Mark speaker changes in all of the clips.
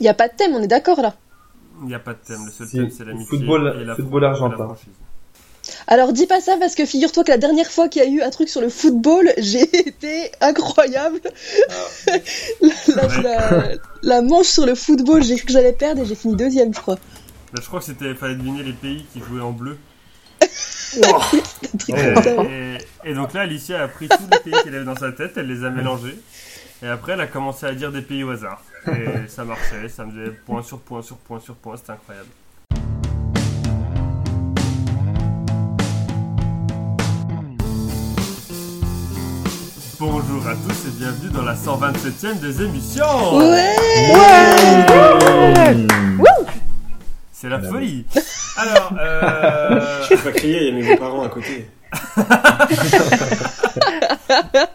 Speaker 1: Il n'y a pas de thème, on est d'accord là
Speaker 2: Il n'y a pas de thème, le seul
Speaker 3: Si,
Speaker 2: thème c'est l'amitié.
Speaker 3: football-
Speaker 2: et la fran- et
Speaker 3: football
Speaker 2: la
Speaker 3: argentin.
Speaker 2: franchise.
Speaker 1: Alors dis pas ça parce que figure-toi que la dernière fois qu'il y a eu un truc sur le football, j'ai été incroyable. La, la- la- la manche sur le football, j'ai cru que j'allais perdre et j'ai fini deuxième, je crois.
Speaker 2: Là, je crois que c'était fallait deviner les pays qui jouaient en bleu.
Speaker 1: Un truc
Speaker 3: Ouais.
Speaker 1: comme ça.
Speaker 2: Et, et donc là, Alicia a pris tous les pays qu'elle avait dans sa tête, elle les a mélangés. Et après, elle a commencé à dire des pays au hasard. Et ça marchait, ça me faisait point sur point sur point sur point, c'était incroyable. Bonjour à tous et bienvenue dans la 127ème des émissions
Speaker 1: Ouais
Speaker 2: C'est la
Speaker 3: Bah
Speaker 2: folie Alors, euh,
Speaker 4: Ah, Je peux pas crier, il y avait mes parents à côté.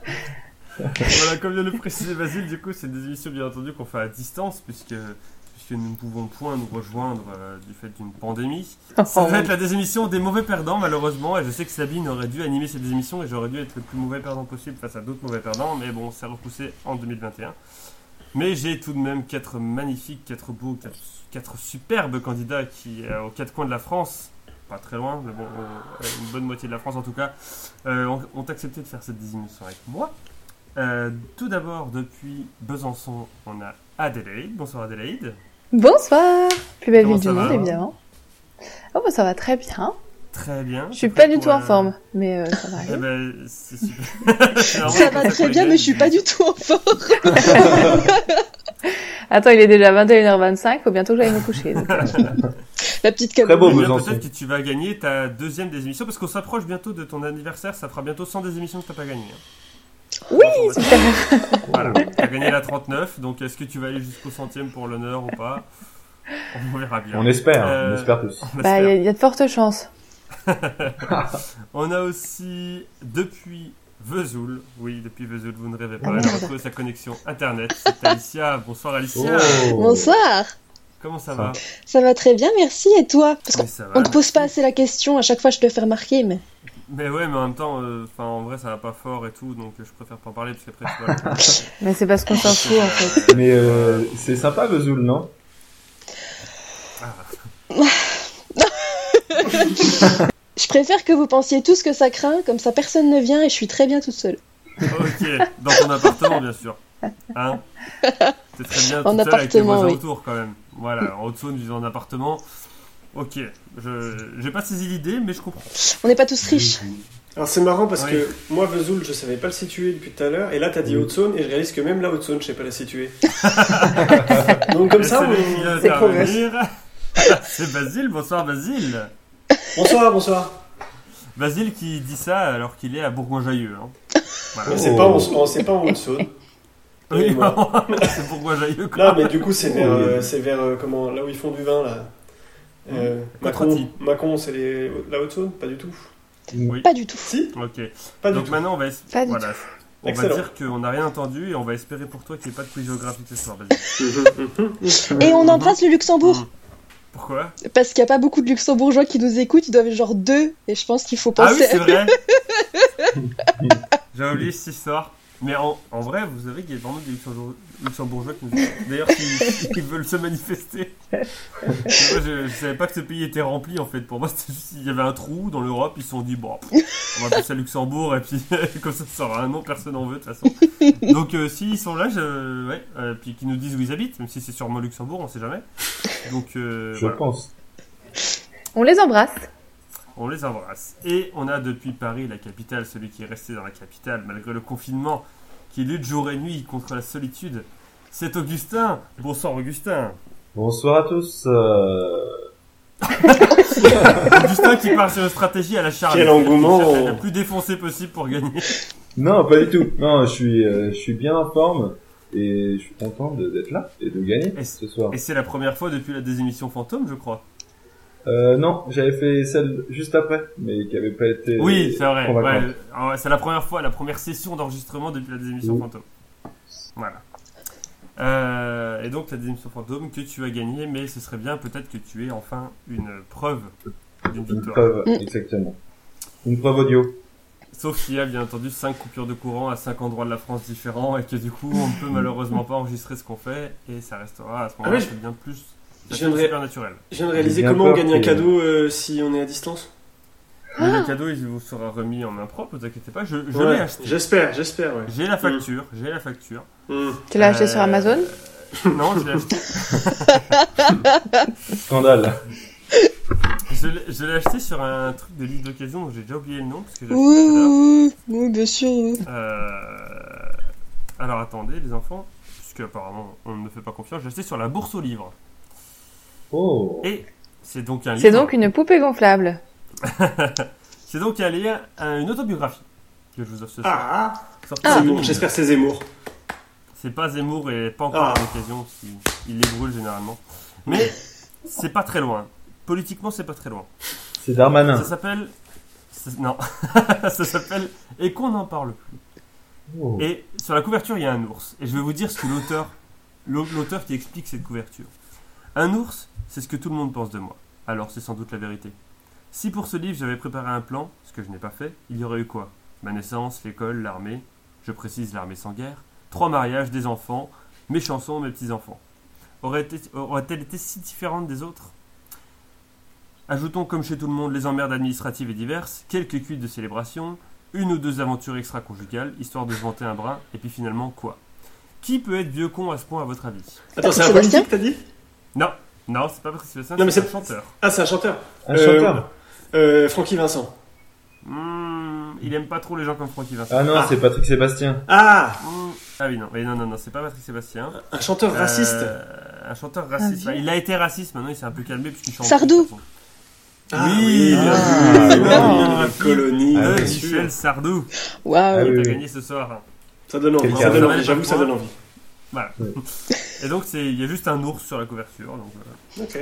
Speaker 2: Voilà, comme vient de le préciser Basile, du coup, c'est des émissions bien entendu qu'on fait à distance, puisque, puisque nous ne pouvons point nous rejoindre euh, du fait d'une pandémie. Ça
Speaker 1: Oh.
Speaker 2: va être la désémission des mauvais perdants, malheureusement, et je sais que Sabine aurait dû animer cette émission et j'aurais dû être le plus mauvais perdant possible face à d'autres mauvais perdants, mais bon, c'est repoussé en 2021. Mais j'ai tout de même quatre magnifiques, quatre beaux, quatre, quatre superbes candidats qui, euh, aux quatre coins de la France, pas très loin, mais bon, euh, une bonne moitié de la France en tout cas, euh, ont, ont accepté de faire cette désémission avec moi. Euh, tout d'abord, depuis Besançon, on a Adélaïde. Bonsoir Adélaïde.
Speaker 5: Bonsoir Plus belle
Speaker 2: Comment
Speaker 5: ville du
Speaker 2: ça va hein
Speaker 5: monde, évidemment. Oh, bah, ça va très bien.
Speaker 2: Très bien.
Speaker 5: Je suis pas du tout en
Speaker 2: Euh,
Speaker 5: forme, mais euh, ça va.
Speaker 2: Eh
Speaker 5: aller.
Speaker 2: ben, c'est super.
Speaker 1: Ah Ça va très bien, mais je suis pas du tout en forme.
Speaker 5: Attends, il est déjà 21h25, faut bientôt que j'aille me coucher. donc, euh,
Speaker 1: La petite
Speaker 3: Très
Speaker 1: cabane.
Speaker 3: beau
Speaker 2: Eh bien,
Speaker 3: Besançon.
Speaker 2: Peut-être que tu vas gagner ta deuxième des émissions parce qu'on s'approche bientôt de ton anniversaire. Ça fera bientôt 100 des émissions que t'as pas gagné. Oui, super. Voilà, t'as gagné la 39. Donc, est-ce que tu vas aller jusqu'au centième pour l'honneur ou pas On verra bien.
Speaker 3: On espère,
Speaker 2: Euh,
Speaker 3: on espère tous.
Speaker 2: On
Speaker 5: bah,
Speaker 2: espère.
Speaker 5: il y, a- il y a de fortes chances.
Speaker 2: On a aussi depuis Vesoul. Oui, depuis Vesoul, vous ne rêvez pas.
Speaker 5: Ah,
Speaker 2: Elle a
Speaker 5: merde.
Speaker 2: retrouvé sa connexion internet. C'est Alicia. Bonsoir Alicia.
Speaker 3: Oh.
Speaker 1: Bonsoir
Speaker 2: Comment ça va
Speaker 1: Ça va très bien, merci. Et toi Parce qu'on
Speaker 2: Mais ça va.
Speaker 1: on te pose pas assez la question, à chaque fois je te fais remarquer, mais...
Speaker 2: Mais ouais, mais en même temps, euh, 'fin, en vrai, ça va pas fort et tout, donc euh, je préfère pas en parler parce qu'après, tu vois. le-
Speaker 5: Mais c'est parce qu'on s'en fout, en fait.
Speaker 2: Euh,
Speaker 3: Mais euh, c'est sympa Vesoul, non
Speaker 1: Je préfère que vous pensiez tous que ça craint, comme ça personne ne vient et je suis très bien toute seule.
Speaker 2: Ok, dans ton appartement, bien sûr. Hein C'est très bien
Speaker 1: En
Speaker 2: toute seule avec les
Speaker 1: appartement,
Speaker 2: voisins
Speaker 1: oui.
Speaker 2: autour, quand même. Voilà, en haute-saône, vivant en appartement. Ok, je j'ai pas saisi l'idée, mais je comprends.
Speaker 1: On n'est pas tous riches.
Speaker 4: Alors c'est marrant parce
Speaker 2: Oui.
Speaker 4: que moi, Vesoul, je savais pas le situer depuis tout à l'heure, et là t'as dit Haute-Saône, et je réalise que même la Haute-Saône, je sais pas la situer. Donc comme ça,
Speaker 2: Laissez les filles
Speaker 4: on... c'est progrès.
Speaker 2: intervenir. C'est Basile, bonsoir Basile.
Speaker 4: Bonsoir, bonsoir.
Speaker 2: Basile qui dit ça alors qu'il est à Bourgoin-Jailleux. hein. Voilà.
Speaker 4: Mais c'est pas en, en- c'est pas en Haute-Saône.
Speaker 2: Oui,
Speaker 4: moi.
Speaker 2: c'est Bourgoin-Jailleux quoi.
Speaker 4: Non, mais du coup, c'est vers, euh, c'est vers euh, comment, là où ils font du vin, là. Euh,
Speaker 2: Macrotti.
Speaker 4: Macron, Macron c'est les... la Haute-Saône Pas du tout.
Speaker 1: Pas du tout.
Speaker 4: Si
Speaker 2: Ok,
Speaker 4: Pas du
Speaker 2: donc
Speaker 4: tout.
Speaker 2: maintenant on va, es-
Speaker 5: Pas du
Speaker 2: voilà. on va
Speaker 4: Excellent.
Speaker 2: dire qu'on n'a rien entendu et on va espérer pour toi qu'il n'y ait pas de quiz géographique ce soir, Basile.
Speaker 1: Et on embrasse le Luxembourg,
Speaker 2: Pourquoi
Speaker 1: parce qu'il n'y a pas beaucoup de Luxembourgeois qui nous écoutent, ils doivent être genre deux, et je pense qu'il faut
Speaker 2: Ah oui,
Speaker 1: penser
Speaker 2: c'est vrai J'avais oublié cette histoire. Mais en, en vrai, vous savez qu'il y a vraiment des Luxembourg- Luxembourgeois qui nous écoutent. D'ailleurs, qui, qui veulent se manifester. Mais Moi, je, je savais pas que ce pays était rempli en fait. Pour moi, c'était juste qu'il y avait un trou dans l'Europe. Ils se sont dit, bon, pff, on va appeler ça Luxembourg et puis comme ça, ça sera un nom, personne en veut de toute façon. Donc, euh, s'ils sont là, je, ouais, euh, puis qu'ils nous disent où ils habitent, même si c'est sûrement Luxembourg, on sait jamais. Donc, euh,
Speaker 3: Je
Speaker 2: voilà.
Speaker 3: pense.
Speaker 5: On les embrasse.
Speaker 2: On les embrasse. Et on a depuis Paris, la capitale, celui qui est resté dans la capitale malgré le confinement, qui lutte jour et nuit contre la solitude. C'est Augustin. Bonsoir Augustin.
Speaker 3: Bonsoir à tous. euh,
Speaker 2: Augustin qui part sur une stratégie à la charge.
Speaker 4: Quel engouement.
Speaker 2: La plus défoncée possible pour gagner.
Speaker 3: Non, pas du tout. Non, je suis, euh, je suis bien en forme et je suis content de- d'être là et de gagner
Speaker 2: Et-
Speaker 3: ce soir.
Speaker 2: Et c'est la première fois depuis la désémission fantôme, je crois.
Speaker 3: Euh, non, j'avais fait celle juste après, mais qui avait pas été.
Speaker 2: Oui, c'est vrai.
Speaker 3: convaincante.
Speaker 2: Ouais, euh, c'est la première fois, la première session d'enregistrement depuis la désémission
Speaker 3: Oui.
Speaker 2: fantôme. Voilà. Euh, et donc la désémission fantôme que tu as gagnée, mais ce serait bien peut-être que tu aies enfin une preuve d'une
Speaker 3: Une
Speaker 2: victoire.
Speaker 3: preuve,
Speaker 1: Mm.
Speaker 3: exactement. Une preuve audio.
Speaker 2: Sauf qu'il y a bien entendu 5 coupures de courant à 5 endroits de la France différents et que du coup on ne peut malheureusement pas enregistrer ce qu'on fait et ça restera à ce moment-là
Speaker 4: Ah oui,
Speaker 2: c'est bien plus
Speaker 4: je
Speaker 2: ça devient
Speaker 4: viendrai-
Speaker 2: super naturel.
Speaker 4: Je viens de réaliser
Speaker 3: J'ai bien
Speaker 4: comment on
Speaker 3: peur
Speaker 4: gagne un
Speaker 3: que-
Speaker 4: cadeau euh, si on est à distance.
Speaker 2: Mais Le cadeau il vous sera remis en main propre, vous inquiétez pas, je, je
Speaker 4: Ah. Ouais, Mm.
Speaker 2: l'ai acheté.
Speaker 4: J'espère, j'espère, ouais.
Speaker 2: J'ai la facture, j'ai la facture.
Speaker 4: Mm.
Speaker 5: Tu l'as acheté
Speaker 2: Euh,
Speaker 5: sur Amazon
Speaker 2: Non, je l'ai acheté.
Speaker 3: Scandale.
Speaker 2: Je l'ai- je l'ai acheté sur un truc de livre d'occasion dont j'ai déjà oublié le nom parce que j'ai
Speaker 1: Oui,
Speaker 2: acheté tout à l'heure.
Speaker 1: oui, oui, oui, bien sûr. oui.
Speaker 2: Euh, Alors attendez les enfants, puisque apparemment on ne me fait pas confiance, j'ai acheté sur la bourse aux livres.
Speaker 3: Oh.
Speaker 2: Et c'est donc un livre.
Speaker 5: C'est donc une poupée gonflable.
Speaker 2: C'est donc à lire un- une autobiographie que je vous offre ce soir.
Speaker 4: Ah,
Speaker 2: Sortie
Speaker 4: ah.
Speaker 2: de
Speaker 4: Zemmour,
Speaker 2: Lille.
Speaker 4: j'espère que c'est Zemmour.
Speaker 2: C'est pas Zemmour et pas encore
Speaker 4: Ah.
Speaker 2: l'occasion, il, il les brûle généralement. Mais c'est pas très loin. Politiquement, c'est pas très loin.
Speaker 3: C'est
Speaker 2: Ça
Speaker 4: Ah.
Speaker 3: Darmanin.
Speaker 2: s'appelle. ça- Non, ça s'appelle Et qu'on en parle plus.
Speaker 3: Oh.
Speaker 2: Et sur la couverture, il y a un ours. Et je vais vous dire ce que l'auteur, l'au- l'auteur qui explique cette couverture. Un ours, c'est ce que tout le monde pense de moi. Alors c'est sans doute la vérité. Si pour ce livre j'avais préparé un plan, ce que je n'ai pas fait, il y aurait eu quoi Ma naissance, l'école, l'armée, je précise l'armée sans guerre, trois mariages, des enfants, mes chansons, mes petits-enfants. Aurait été- Aurait-elle été si différente des autres Ajoutons comme chez tout le monde les emmerdes administratives et diverses, quelques cuites de célébration, une ou deux aventures extra-conjugales, histoire de se vanter un brin, et puis finalement quoi Qui peut être vieux con à ce point à votre avis
Speaker 4: Attends, c'est un
Speaker 1: Sébastien
Speaker 4: politique, t'as dit
Speaker 2: Non, non, c'est pas Patrice Sébastien,
Speaker 4: Non, mais
Speaker 2: c'est un
Speaker 4: c'est-
Speaker 2: chanteur.
Speaker 4: Ah, c'est un chanteur.
Speaker 3: Un
Speaker 4: Euh,
Speaker 3: chanteur.
Speaker 4: Euh, Francky Vincent.
Speaker 2: Hmm, il aime pas trop les gens comme Francky Vincent.
Speaker 3: Ah non,
Speaker 4: Ah.
Speaker 3: c'est Patrick Sébastien.
Speaker 4: Ah,
Speaker 2: Hmm, ah oui, non, mais non, non, non, c'est pas Patrick Sébastien.
Speaker 4: un chanteur raciste.
Speaker 2: Euh, Un chanteur raciste.
Speaker 5: Un vieux.
Speaker 2: il a été raciste, maintenant il s'est un peu calmé puisqu'il chante.
Speaker 1: Sardou.
Speaker 2: de toute façon.
Speaker 4: Ah,
Speaker 2: oui,
Speaker 4: bien
Speaker 3: ah,
Speaker 4: vu.
Speaker 3: oui.
Speaker 4: Ah, Colonie,
Speaker 3: Ah,
Speaker 2: Le
Speaker 4: bien
Speaker 3: oui.
Speaker 4: sûr.
Speaker 2: Euh, Michel Sardou.
Speaker 1: Waouh.
Speaker 3: Ah oui,
Speaker 2: Il a
Speaker 3: oui.
Speaker 2: gagné ce soir.
Speaker 4: Ça donne envie,
Speaker 3: Quelqu'un.
Speaker 4: ça donne
Speaker 2: Ça
Speaker 4: envie,
Speaker 2: donne
Speaker 4: j'avoue,
Speaker 2: pas
Speaker 4: ça
Speaker 2: point.
Speaker 4: donne envie.
Speaker 2: Et donc c'est- il y a juste un ours sur la couverture. Donc, euh. voilà.
Speaker 4: Ok.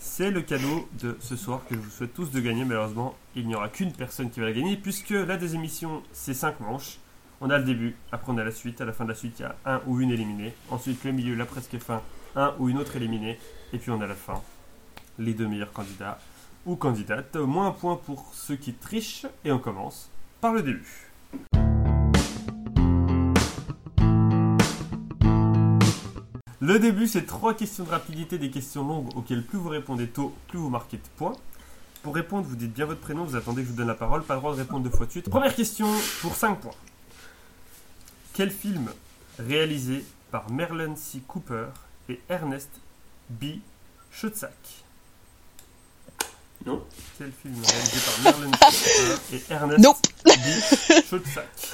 Speaker 2: C'est le cadeau de ce soir que je vous souhaite tous de gagner. Malheureusement, il n'y aura qu'une personne qui va la gagner puisque la des émissions, c'est 5 manches. On a le début, après on a la suite. À la fin de la suite, il y a un ou une éliminée. Ensuite, le milieu, la presque fin, un ou une autre éliminée. Et puis on a la fin, les deux meilleurs candidats ou candidates. Moins un point pour ceux qui trichent. Et on commence par le début. Le début, c'est trois questions de rapidité, des questions longues auxquelles plus vous répondez tôt, plus vous marquez de points. Pour répondre, vous dites bien votre prénom, vous attendez que je vous donne la parole, pas le droit de répondre deux fois de suite. Première question pour 5 points. Quel film réalisé par Merlin C. Cooper et Ernest B. Schutzak
Speaker 4: Non.
Speaker 2: Quel film réalisé par Merlin C. Cooper et Ernest
Speaker 1: Nope.
Speaker 2: B. Schutzak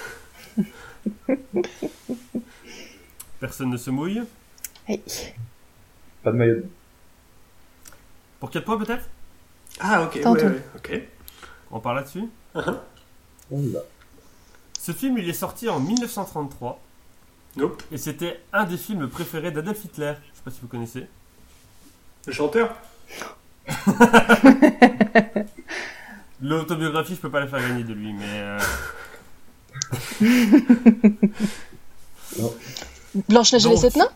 Speaker 2: Personne ne se mouille.
Speaker 3: Pas de maillot. de bain.
Speaker 2: Pour 4 points peut-être
Speaker 4: Ah, ok, ouais,
Speaker 5: Tantôt.
Speaker 4: ouais, ok.
Speaker 2: On parle là-dessus
Speaker 3: On y va.
Speaker 2: Ce film, il est sorti en 1933.
Speaker 4: Nope.
Speaker 2: Et c'était un des films préférés d'Adolf Hitler. Je sais pas si vous connaissez.
Speaker 4: Le chanteur
Speaker 2: L'autobiographie, je peux pas la faire gagner de lui, mais... euh,
Speaker 1: Blanche-Neige et les
Speaker 2: Donc.
Speaker 1: sept nains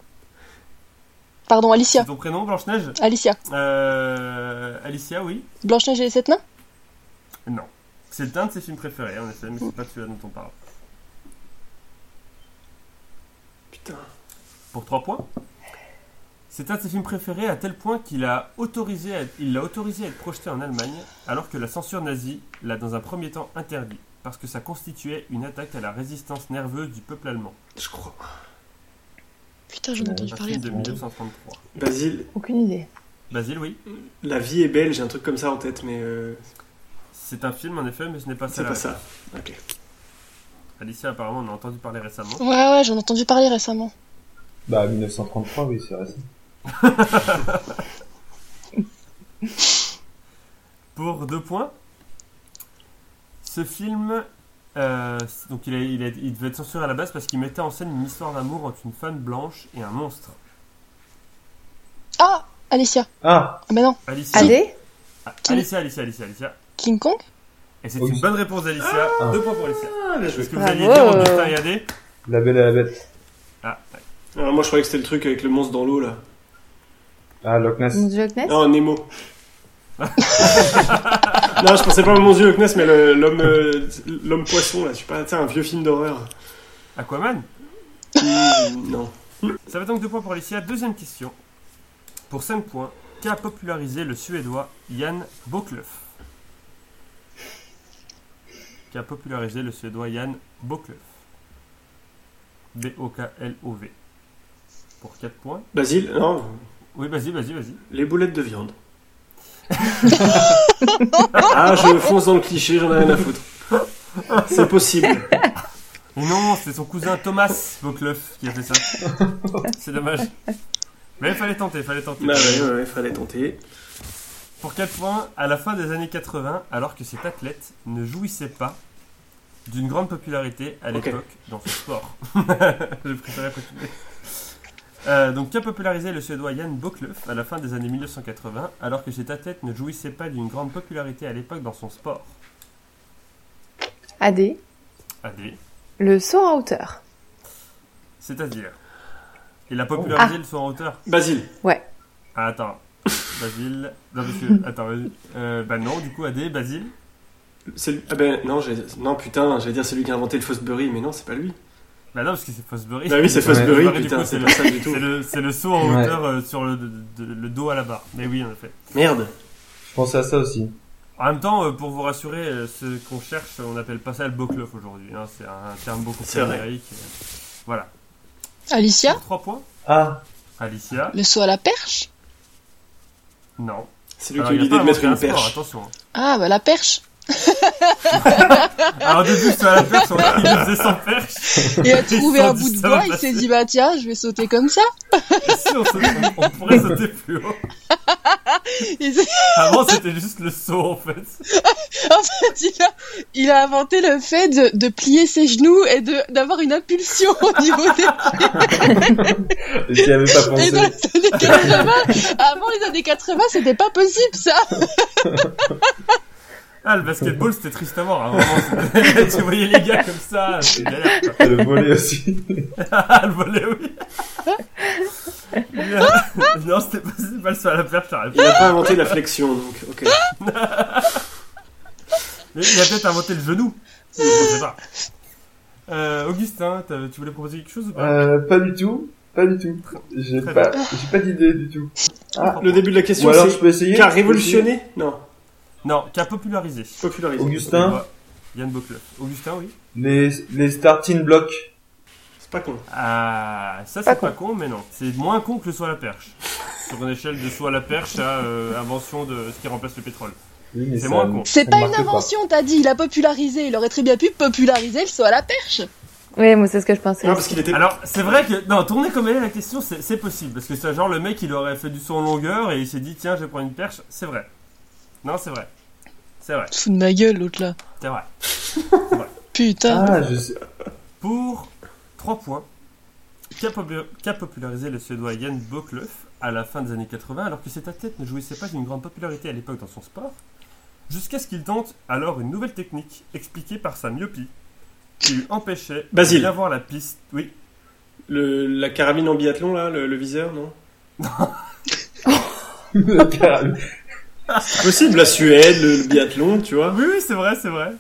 Speaker 1: Pardon, Alicia.
Speaker 2: c'est ton prénom, Blanche-Neige
Speaker 1: Alicia.
Speaker 2: Euh, Alicia, oui
Speaker 1: Blanche-Neige et les sept nains
Speaker 2: Non. C'est un de ses films préférés, en effet, mais c'est pas celui-là dont on parle.
Speaker 4: Putain.
Speaker 2: Pour 3 points c'est un de ses films préférés à tel point qu'il a autorisé à, il l'a autorisé à être projeté en Allemagne, alors que la censure nazie l'a dans un premier temps interdit, parce que ça constituait une attaque à la résistance nerveuse du peuple allemand.
Speaker 4: Je crois.
Speaker 1: Putain, j'en ai entendu
Speaker 2: Un
Speaker 1: parler.
Speaker 2: film de
Speaker 1: attends, attends.
Speaker 2: 1933.
Speaker 4: Basile,
Speaker 5: Aucune idée.
Speaker 2: Basile, oui.
Speaker 4: la vie est belle, j'ai un truc comme ça en tête, mais euh,
Speaker 2: C'est un film en effet, mais ce n'est pas ça.
Speaker 4: c'est
Speaker 2: la
Speaker 4: pas
Speaker 2: réponse.
Speaker 4: ça. Ok.
Speaker 2: Alicia, apparemment, on a entendu parler récemment.
Speaker 1: Ouais, ouais, j'en ai entendu parler récemment.
Speaker 3: Bah 1933, oui, c'est récent.
Speaker 2: Pour deux points, ce film, euh, donc il, a- il a- il devait être censuré à la base parce qu'il mettait en scène une histoire d'amour entre une femme blanche et un monstre.
Speaker 1: Ah Alicia.
Speaker 3: Ah,
Speaker 1: Ah, mais non.
Speaker 2: Alicia,
Speaker 5: Allez
Speaker 2: Ah, Alicia, Alicia, Alicia, Alicia.
Speaker 1: King Kong
Speaker 2: Et c'est
Speaker 3: Oui.
Speaker 2: une bonne réponse d'Alicia.
Speaker 3: Ah.
Speaker 2: Deux points pour Alicia.
Speaker 4: Ah, bien
Speaker 2: Est-ce
Speaker 4: joué.
Speaker 2: que vous
Speaker 5: Bravo.
Speaker 2: alliez dire en Gustin et Adé
Speaker 3: la belle et la bête.
Speaker 2: Ah,
Speaker 4: Ah, moi, je croyais que c'était le truc avec le monstre dans l'eau, là.
Speaker 1: Mm.
Speaker 3: Ah, Loch Ness.
Speaker 5: Mon Dieu, Agnes
Speaker 4: Non, Nemo. Non, je pensais pas à mon dieu Loch Ness, mais le- l'homme euh, l'homme poisson, là, je sais pas, tu sais, un vieux film d'horreur.
Speaker 2: Aquaman
Speaker 4: Hmm, non.
Speaker 2: Ça va donc deux points pour Alicia. Deuxième question. Pour 5 points, qu'a popularisé le Suédois Jan Boklöf Qu'a popularisé le Suédois Jan Boklöf B-O-K-L-O-V. Pour 4 points.
Speaker 4: Basile, non,
Speaker 2: Oui, vas-y, vas-y, vas-y.
Speaker 4: les boulettes de viande. ah, je fonce dans le cliché, j'en ai rien à foutre. C'est possible.
Speaker 2: Mais non, c'est son cousin Thomas Boklöf qui a fait ça. c'est dommage. Mais il fallait tenter, fallait tenter.
Speaker 4: Bah ouais, ouais, ouais, fallait tenter.
Speaker 2: Pour 4 points, à la fin des années 80, alors que cet athlète ne jouissait pas d'une grande popularité à
Speaker 4: Ok.
Speaker 2: l'époque dans ce sport. Je préférais préciser. Euh, donc, qu'a popularisé le Suédois Jan Boklöf à la fin des années 1980, alors que cet athlète ne jouissait pas d'une grande popularité à l'époque dans son sport
Speaker 5: AD,
Speaker 2: AD,
Speaker 5: le saut en hauteur.
Speaker 2: c'est-à-dire Il a popularisé le saut en hauteur
Speaker 4: Basile,
Speaker 2: Ah, attends, Basile. Non, parce que- Attends, vas-y. Euh, bah non, du coup, AD, Basile.
Speaker 4: c'est lui- Ah ben non, j'ai- non putain, j'allais dire c'est lui qui a inventé le Fosbury, mais non, c'est pas lui.
Speaker 2: Bah non, parce que c'est Fosbury.
Speaker 4: Bah oui, c'est
Speaker 3: Ouais.
Speaker 4: Fosbury,
Speaker 2: Fosbury, du
Speaker 4: putain,
Speaker 2: coup,
Speaker 4: c'est
Speaker 2: c'est
Speaker 4: pas ça du tout.
Speaker 2: C'est le, c'est le saut en
Speaker 3: Ouais.
Speaker 2: hauteur euh, sur le, de- de- le dos à la barre. Mais oui, en effet.
Speaker 4: Merde.
Speaker 3: Je pensais à ça aussi.
Speaker 2: En même temps, euh, pour vous rassurer, euh, ce qu'on cherche, on appelle pas ça le boklof aujourd'hui. hein. C'est un terme beaucoup plus
Speaker 4: C'est vrai.
Speaker 2: générique. euh. Voilà.
Speaker 1: Alicia,
Speaker 2: Pour 3 points.
Speaker 3: Ah,
Speaker 2: Alicia,
Speaker 1: le saut à la perche
Speaker 2: non.
Speaker 4: C'est lui
Speaker 2: Alors,
Speaker 4: qui a eu
Speaker 2: il a
Speaker 4: l'idée
Speaker 2: pas
Speaker 4: de mettre une
Speaker 2: inventé un sport,
Speaker 4: perche.
Speaker 2: attention. hein.
Speaker 1: Ah, bah la perche
Speaker 2: Alors, au début, c'était à la perche, on il faisait sans perche.
Speaker 1: Il a
Speaker 2: Ils
Speaker 1: trouvé
Speaker 2: sont
Speaker 1: un bout de
Speaker 2: distincts,
Speaker 1: bois, il
Speaker 2: parce
Speaker 1: s'est dit, bah tiens, je vais sauter comme ça
Speaker 2: Et si on, se- on pourrait sauter plus haut.
Speaker 1: Il s'est-
Speaker 2: Avant, c'était juste le saut, en fait.
Speaker 1: il, a, il a inventé le fait de, de plier ses genoux et de d'avoir une impulsion au niveau des
Speaker 3: j'y avais pas
Speaker 1: Et
Speaker 3: pensé.
Speaker 1: dans les années 80, avant les années 80, c'était pas possible ça.
Speaker 2: Ah, le basketball, c'était triste à voir. hein. Vraiment, c'était- tu voyais les gars comme ça, c'est galère. quoi.
Speaker 3: Le volet aussi.
Speaker 2: Ah, le volet, oui. non, c'était pas, c'est pas le saut à la perche, j'arrive
Speaker 4: Il
Speaker 2: pas.
Speaker 4: a pas inventé la flexion, donc ok.
Speaker 2: Mais Il a peut-être inventé le genou. Je sais pas. Euh, Augustin, t'as- tu voulais proposer quelque chose ou pas
Speaker 3: Euh, pas du tout. Pas du tout. J'ai
Speaker 2: Très
Speaker 3: pas, j'ai pas d'idée du tout. Ah,
Speaker 4: Le début de la
Speaker 3: ou
Speaker 4: question,
Speaker 3: alors je
Speaker 4: c'est
Speaker 3: peux essayer.
Speaker 4: qui
Speaker 3: je peux
Speaker 4: a
Speaker 3: essayer.
Speaker 4: révolutionné Non,
Speaker 2: Non, qui a popularisé.
Speaker 4: popularisé.
Speaker 3: Augustin,
Speaker 2: Ouais. Yann Bocleur. Augustin, oui.
Speaker 3: les, les starting blocks.
Speaker 4: C'est pas con.
Speaker 2: Ah, ça
Speaker 5: Pas
Speaker 2: c'est pas con, mais non. C'est moins con que le saut à la perche. Sur une échelle de saut à la perche à euh, invention de ce qui remplace le pétrole.
Speaker 3: Oui, mais
Speaker 2: C'est
Speaker 3: ça-
Speaker 2: moins con.
Speaker 3: ça
Speaker 1: C'est pas une
Speaker 3: marque
Speaker 1: invention, t'as dit. Il a popularisé. Il aurait très bien pu populariser le saut à la perche.
Speaker 5: Oui, moi, c'est ce que je pensais.
Speaker 4: Non, parce qu'il était.
Speaker 2: Alors, c'est vrai que. Non, tourner comme elle est la question, c'est c'est possible. Parce que c'est genre le mec, il aurait fait du saut en longueur et il s'est dit, tiens, je vais prendre une perche. C'est vrai. Non, c'est vrai. C'est vrai.
Speaker 1: Fous de ma gueule, l'autre là.
Speaker 2: C'est vrai.
Speaker 1: Putain.
Speaker 3: Ah, je sais.
Speaker 2: Pour 3 points, qu'a popu- qu'a popularisé le Suédois Jan Boklöf à la fin des années 80, alors que cet athlète ne jouissait pas d'une grande popularité à l'époque dans son sport, jusqu'à ce qu'il tente alors une nouvelle technique expliquée par sa myopie qui lui empêchait
Speaker 4: Basile.
Speaker 2: d'avoir la piste. Oui,
Speaker 4: Le, la carabine en biathlon, là, le, le viseur, non C'est possible, la Suède, le, le biathlon, tu vois.
Speaker 2: Ah oui, oui, c'est vrai, c'est vrai.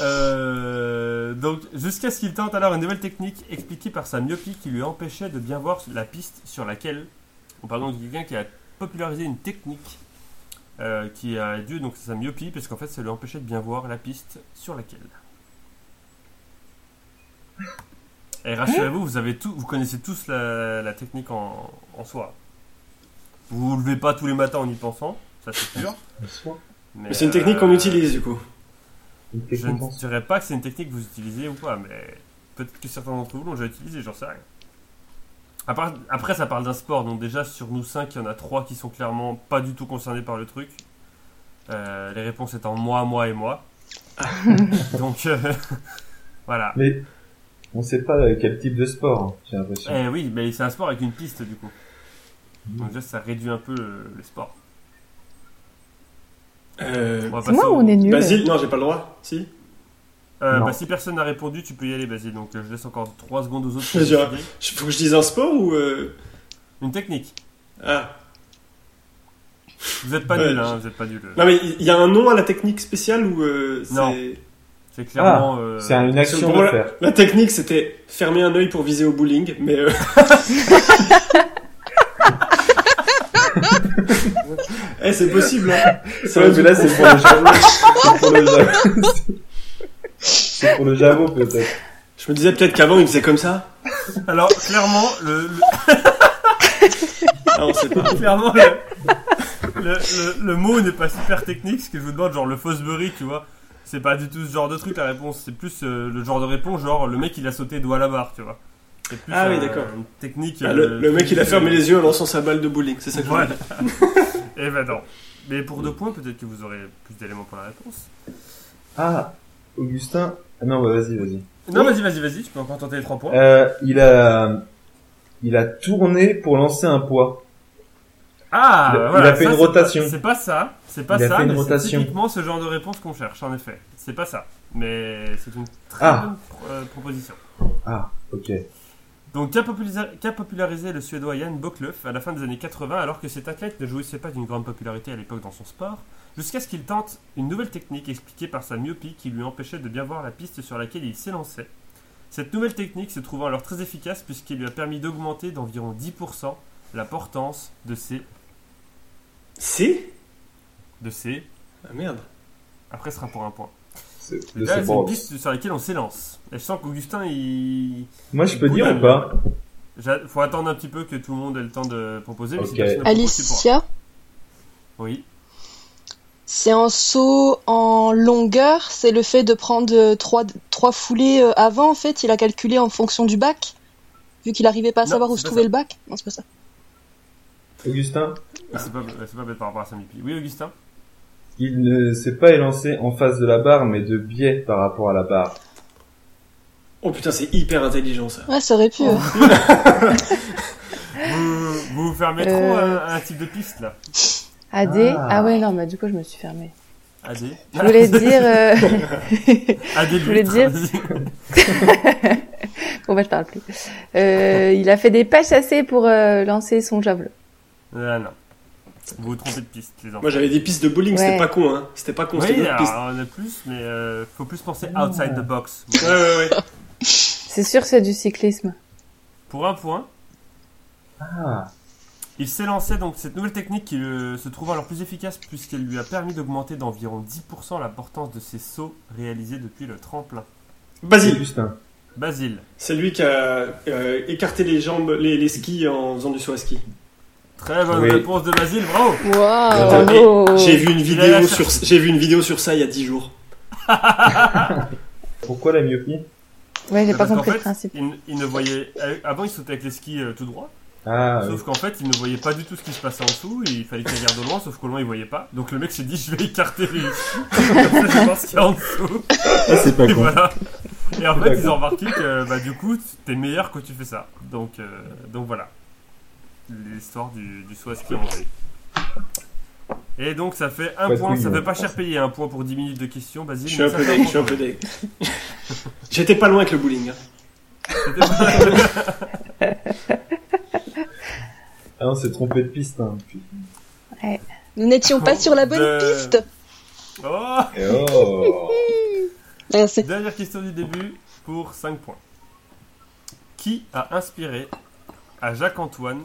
Speaker 2: Euh, donc, jusqu'à ce qu'il tente alors une nouvelle technique expliquée par sa myopie qui lui empêchait de bien voir la piste sur laquelle. On parle donc de quelqu'un qui a popularisé une technique euh, qui a dû donc à sa myopie, parce qu'en fait, ça lui empêchait de bien voir la piste sur laquelle. Et rassurez-vous, vous avez tout, vous connaissez tous la, la technique en, en soi. Vous vous levez pas tous les matins en y pensant, ça c'est sûr.
Speaker 4: Mais c'est une technique qu'on
Speaker 2: euh,
Speaker 4: utilise, du coup.
Speaker 3: Une
Speaker 2: je
Speaker 3: technique en-
Speaker 2: ne dirais pas que c'est une technique que vous utilisez ou pas, mais peut-être que certains d'entre vous l'ont déjà utilisée, j'en sais rien. À part- Après, ça parle d'un sport, donc déjà sur nous cinq, il y en a trois qui sont clairement pas du tout concernés par le truc. Euh, les réponses étant moi, moi et moi. donc euh, voilà.
Speaker 3: Mais on sait pas quel type de sport, hein, j'ai l'impression.
Speaker 2: Eh oui, mais c'est un sport avec une piste du coup. Donc déjà, ça réduit un peu le, le sport.
Speaker 4: Euh,
Speaker 2: va
Speaker 5: C'est moi
Speaker 2: passer
Speaker 5: ou
Speaker 2: au-
Speaker 5: on est nul
Speaker 4: Basile, non, j'ai pas le droit. Si
Speaker 2: Euh,
Speaker 3: Non.
Speaker 2: bah, si personne n'a répondu, tu peux y aller, Basile. Donc euh, je laisse encore 3 secondes aux autres.
Speaker 4: Je dirais- Je- Faut que je dise un sport ou. euh,
Speaker 2: Une technique.
Speaker 4: Ah.
Speaker 2: Vous êtes pas
Speaker 4: Ouais.
Speaker 2: nul, hein, vous êtes pas nul.
Speaker 4: Non, mais il y a un nom à la technique spéciale ou euh,
Speaker 2: Non.
Speaker 4: c'est-
Speaker 2: C'est clairement. euh,
Speaker 3: C'est une
Speaker 4: parce que
Speaker 3: action
Speaker 4: pour
Speaker 3: de
Speaker 4: moi,
Speaker 3: faire.
Speaker 4: La technique, c'était fermer un œil pour viser au bowling, mais euh, eh, c'est possible. Hein. Ça
Speaker 3: Ouais,
Speaker 4: va
Speaker 3: mais
Speaker 4: du
Speaker 3: là,
Speaker 4: coup.
Speaker 3: c'est pour le jabot. C'est pour le jabot. C'est pour le jabot, peut-être.
Speaker 4: Je me disais peut-être qu'avant il faisait comme ça.
Speaker 2: Alors, clairement, le, le-
Speaker 4: Ah, on sait pas.
Speaker 2: clairement, le, le- le- le mot n'est pas super technique. Ce que je vous demande, genre le Fosbury, tu vois, c'est pas du tout ce genre de truc la réponse. C'est plus euh, le genre de réponse, genre le mec il a sauté doigt à la barre, tu vois. C'est plus
Speaker 4: Ah oui,
Speaker 2: euh,
Speaker 4: d'accord.
Speaker 2: une technique.
Speaker 4: Ah, le,
Speaker 2: euh,
Speaker 4: le mec il a fermé les yeux en lançant sa balle de bowling, c'est ça que je voulais
Speaker 2: Voilà.
Speaker 4: dire.
Speaker 2: Eh ben non. Mais pour deux points, peut-être que vous aurez plus d'éléments pour la réponse.
Speaker 3: Ah, Augustin. Ah non, bah vas-y, vas-y.
Speaker 2: Non, vas-y, vas-y, vas-y, tu peux encore tenter les trois points.
Speaker 3: Euh, il a, il a tourné pour lancer un poids.
Speaker 2: Ah,
Speaker 3: Il a-
Speaker 2: voilà,
Speaker 3: il a
Speaker 2: ça,
Speaker 3: fait une
Speaker 2: c'est pas-
Speaker 3: rotation.
Speaker 2: C'est pas ça, c'est pas
Speaker 3: Il a
Speaker 2: ça,
Speaker 3: fait une
Speaker 2: mais c'est
Speaker 3: rotation.
Speaker 2: typiquement ce genre de réponse qu'on cherche, en effet. C'est pas ça, mais c'est une très
Speaker 3: Ah.
Speaker 2: bonne pro- euh, proposition.
Speaker 3: Ok.
Speaker 2: Donc, qu'a populisa- qu'a popularisé le Suédois Jan Boklöf à la fin des années 80, alors que cet athlète ne jouissait pas d'une grande popularité à l'époque dans son sport, jusqu'à ce qu'il tente une nouvelle technique expliquée par sa myopie qui lui empêchait de bien voir la piste sur laquelle il s'élançait. Cette nouvelle technique se trouvant alors très efficace puisqu'elle lui a permis d'augmenter d'environ 10% la portance de ses...
Speaker 4: Si
Speaker 2: De ses
Speaker 4: Ah merde.
Speaker 2: après ce sera pour un point.
Speaker 3: C'est
Speaker 2: Le dernier,
Speaker 3: de ce
Speaker 2: c'est une
Speaker 3: bord.
Speaker 2: piste sur laquelle on s'élance. Et je sens qu'Augustin, il.
Speaker 3: Moi, je peux dire
Speaker 2: Boulal.
Speaker 3: ou pas
Speaker 2: J'a- Faut attendre un petit peu que tout le monde ait le temps de proposer. mais si
Speaker 3: Ok.
Speaker 2: personne ne propose, c'est
Speaker 1: Alicia,
Speaker 2: pour un. Oui.
Speaker 1: c'est un saut en longueur, c'est le fait de prendre euh, trois, trois foulées euh, avant, en fait, il a calculé en fonction du bac, vu qu'il arrivait pas à
Speaker 2: Non,
Speaker 1: savoir où
Speaker 2: c'est
Speaker 1: se
Speaker 2: pas
Speaker 1: trouvait
Speaker 2: ça.
Speaker 1: le bac. Non, c'est pas ça.
Speaker 3: Augustin,
Speaker 2: C'est pas, c'est pas bête par rapport à Samipi. Oui, Augustin
Speaker 3: il ne s'est pas élancé en face de la barre, mais de biais par rapport à la barre.
Speaker 4: Oh putain, c'est hyper intelligent ça.
Speaker 1: Ouais, ça aurait pu. euh.
Speaker 2: vous, vous vous fermez trop
Speaker 5: Euh.
Speaker 2: à, à un type de piste là.
Speaker 5: AD
Speaker 3: Ah.
Speaker 5: ah. ouais, non, bah du coup, je me suis fermée.
Speaker 2: AD.
Speaker 5: Je voulais dire. euh,
Speaker 2: AD
Speaker 5: je voulais
Speaker 2: Lutre.
Speaker 5: dire-
Speaker 2: Vas-y.
Speaker 5: bon, bah, je parle plus. Euh, il a fait des pas chassés pour euh, lancer son javelot.
Speaker 2: Ah, non. Vous vous trompez de piste, les enfants.
Speaker 4: Moi j'avais des pistes de bowling, c'était
Speaker 5: Ouais.
Speaker 4: pas con hein. C'était pas con, c'était
Speaker 2: oui, ah.
Speaker 4: une autre piste.
Speaker 2: alors, on a plus, mais euh, faut plus penser outside the box.
Speaker 4: Ouais, ouais, ouais.
Speaker 5: C'est sûr, que c'est du cyclisme.
Speaker 2: Pour un point,
Speaker 3: Ah,
Speaker 2: Il s'est lancé donc cette nouvelle technique qui euh, se trouve alors plus efficace puisqu'elle lui a permis d'augmenter d'environ 10% la portance de ses sauts réalisés depuis le tremplin.
Speaker 4: Basile,
Speaker 3: Augustin.
Speaker 2: Basile,
Speaker 4: c'est lui qui a euh, écarté les jambes, les, les skis en faisant du saut à ski.
Speaker 2: très bonne
Speaker 3: Oui.
Speaker 2: réponse de Basile, bravo
Speaker 1: Waouh
Speaker 3: Attends,
Speaker 5: Bravo.
Speaker 4: J'ai vu une
Speaker 2: Il a la
Speaker 4: vidéo
Speaker 2: cherche-
Speaker 4: sur j'ai vu une vidéo sur ça il y a 10 jours.
Speaker 3: Pourquoi la myopie
Speaker 5: Ouais, j'ai pas
Speaker 2: Parce qu'en
Speaker 5: compris
Speaker 2: fait,
Speaker 5: le principe.
Speaker 2: Il, il ne voyait euh, avant il sautait avec les skis euh, tout droit,
Speaker 3: Ah, oui.
Speaker 2: sauf qu'en fait il ne voyait pas du tout ce qui se passait en dessous et il fallait qu'il regarde au loin, sauf qu'au loin il voyait pas. Donc le mec s'est dit je vais écarter les skis, comme ça je vais voir ce qu'il y a en dessous.
Speaker 3: Ah, c'est pas
Speaker 2: Et
Speaker 3: con.
Speaker 2: voilà. Et en fait,
Speaker 3: D'accord.
Speaker 2: ils ont remarqué que bah, du coup, t'es meilleur quand tu fais ça. Donc, euh, donc voilà. L'histoire du, du saut à ski en vrai. Et donc, ça fait un
Speaker 3: Pas de
Speaker 2: point.
Speaker 3: couilles, hein.
Speaker 2: Ça
Speaker 3: ouais.
Speaker 2: fait pas cher payé, un point pour 10 minutes de questions, Basile.
Speaker 4: Je suis un
Speaker 2: mais ça
Speaker 4: peu
Speaker 2: fait
Speaker 4: deg, je
Speaker 2: point.
Speaker 4: suis un peu deg. J'étais pas loin avec le bowling. hein.
Speaker 2: C'était pas-
Speaker 3: Ah, on s'est trompé de piste. Hein.
Speaker 1: Nous n'étions pas sur la bonne
Speaker 2: De-
Speaker 1: piste
Speaker 2: Oh
Speaker 3: Et oh
Speaker 1: Ah, c'est-
Speaker 2: Dernière question du début pour 5 points. Qui a inspiré à Jacques-Antoine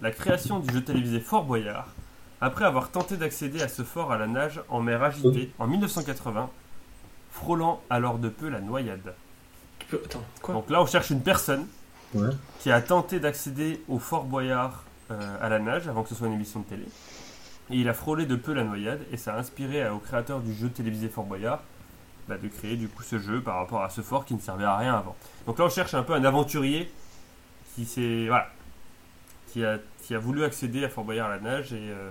Speaker 2: la création du jeu télévisé Fort Boyard après avoir tenté d'accéder à ce fort à la nage en mer agitée en 1980, frôlant alors de peu la noyade
Speaker 4: Tu peux- Attends, quoi
Speaker 2: Donc là, on cherche une personne
Speaker 3: Ouais.
Speaker 2: qui a tenté d'accéder au Fort Boyard euh, à la nage avant que ce soit une émission de télé. Et il a frôlé de peu la noyade et ça a inspiré à- au créateur du jeu télévisé Fort Boyard bah, de créer du coup ce jeu par rapport à ce fort qui ne servait à rien avant. Donc là on cherche un peu un aventurier qui s'est voilà qui a qui a voulu accéder à Fort Boyard à la nage et euh,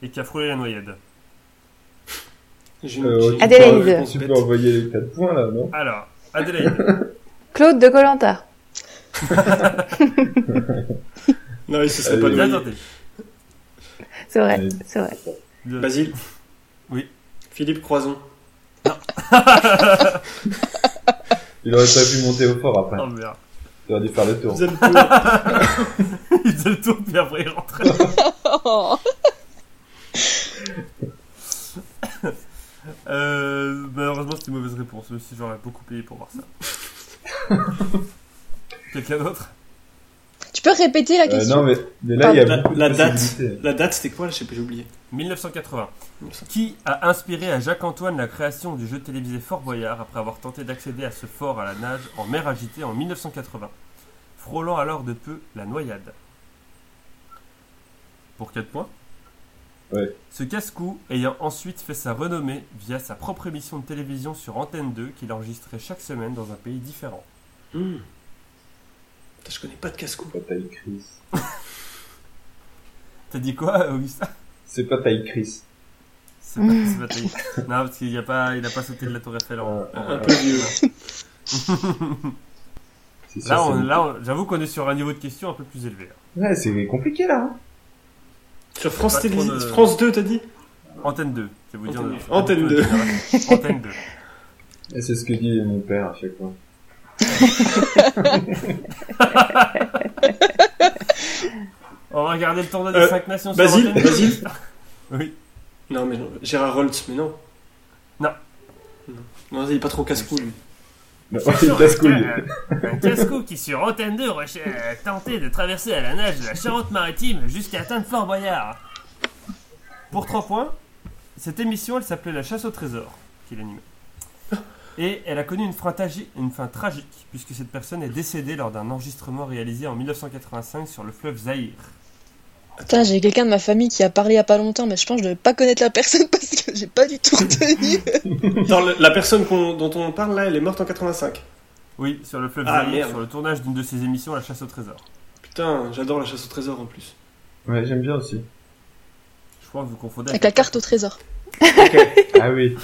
Speaker 2: et qui a frôlé la noyade.
Speaker 4: J'ai
Speaker 3: Euh,
Speaker 4: j'ai-
Speaker 3: tu,
Speaker 5: Adélaïde.
Speaker 4: j'ai une
Speaker 3: peux,
Speaker 4: réponse
Speaker 3: tu peux
Speaker 4: bête.
Speaker 3: envoyer les 4 points là, non
Speaker 2: Alors Adélaïde,
Speaker 5: Claude de Colanta.
Speaker 4: Non, il se serait pas
Speaker 3: Allez.
Speaker 2: bien
Speaker 4: loin.
Speaker 2: tenté.
Speaker 5: C'est vrai,
Speaker 3: Allez.
Speaker 5: c'est vrai.
Speaker 2: Bien-
Speaker 4: Basile
Speaker 2: Oui.
Speaker 4: Philippe Croison.
Speaker 3: Il aurait pas pu monter au fort après.
Speaker 2: Oh merde.
Speaker 3: Il aurait dû faire le tour.
Speaker 4: Vous êtes pour-
Speaker 2: Il faisait le tour puis après il rentrait.
Speaker 1: Oh.
Speaker 2: Euh, bah, honte, même si j'aurais beaucoup payé pour voir ça. Quelqu'un d'autre
Speaker 1: Tu peux répéter la
Speaker 3: Euh,
Speaker 1: question
Speaker 3: non, mais, mais là, il y a
Speaker 4: La,
Speaker 3: beaucoup de
Speaker 4: la date,
Speaker 3: possibilités.
Speaker 4: la date c'était quoi J'ai j'ai oublié.
Speaker 2: 1980. Qui a inspiré à Jacques-Antoine la création du jeu télévisé Fort Boyard après avoir tenté d'accéder à ce fort à la nage en mer agitée en 1980, frôlant alors de peu la noyade Pour 4 points
Speaker 3: Ouais.
Speaker 2: Ce casse-cou ayant ensuite fait sa renommée via sa propre émission de télévision sur Antenne 2 qu'il enregistrait chaque semaine dans un pays différent.
Speaker 4: Hmm. Putain, Je connais pas de casse-cou.
Speaker 3: C'est pas taille Chris.
Speaker 2: T'as dit quoi, euh, Augustin
Speaker 3: C'est pas taille Chris.
Speaker 2: C'est pas, c'est pas terrible. Non, parce qu'il n'a pas, il a pas sauté de la tour Eiffel en-
Speaker 3: Ouais,
Speaker 2: en-
Speaker 4: Un peu vieux.
Speaker 3: C'est sûr,
Speaker 2: Euh, Là, on-
Speaker 3: c'est-
Speaker 2: là, on- j'avoue qu'on est sur un niveau de question un peu plus élevé.
Speaker 3: Ouais, c'est compliqué là. hein.
Speaker 4: Sur France,
Speaker 2: Pas trop
Speaker 4: Télévision-
Speaker 2: de-
Speaker 4: France 2, t'as dit
Speaker 2: Antenne 2, je vais vous dire.
Speaker 4: Antenne-
Speaker 2: notre-
Speaker 4: Antenne
Speaker 2: notre-
Speaker 4: 2.
Speaker 2: notre- Antenne 2.
Speaker 3: Et c'est ce que dit mon père à chaque fois.
Speaker 2: On va regarder le tournoi des
Speaker 4: Euh,
Speaker 2: 5 nations sur
Speaker 4: Basile
Speaker 2: Antenne 2.
Speaker 4: Basile
Speaker 2: Oui.
Speaker 4: Non, mais non. Gérard Holtz, mais non.
Speaker 2: Non.
Speaker 4: Non, non il est pas trop casse-cou, lui.
Speaker 3: Non,
Speaker 2: C'est sûr,
Speaker 3: casse couille.
Speaker 2: un- Un casse-cou Euh, qui, sur Antenne 2, reche- a tenté de traverser à la nage de la Charente-Maritime jusqu'à atteindre Fort Boyard. Pour 3 points, cette émission, elle s'appelait La chasse au trésor, qu'il animait. Et elle a connu une fin, tragi- une fin tragique, puisque cette personne est décédée lors d'un enregistrement réalisé en 1985 sur le fleuve Zaïre.
Speaker 1: Putain, j'ai quelqu'un de ma famille qui a parlé il y a pas longtemps, mais je pense que je devais pas connaître la personne parce que j'ai pas du tout retenu.
Speaker 4: Attends, la, la personne qu'on- dont on parle là, elle est morte en 85.
Speaker 2: Oui, sur le fleuve
Speaker 4: Ah,
Speaker 2: Zaïre,
Speaker 4: merde.
Speaker 2: sur le tournage d'une de ses émissions, La chasse au trésor.
Speaker 4: Putain, j'adore la chasse au trésor en plus.
Speaker 3: Ouais, j'aime bien aussi.
Speaker 2: Je crois que vous confondez
Speaker 1: Avec la carte au trésor.
Speaker 3: Ah oui.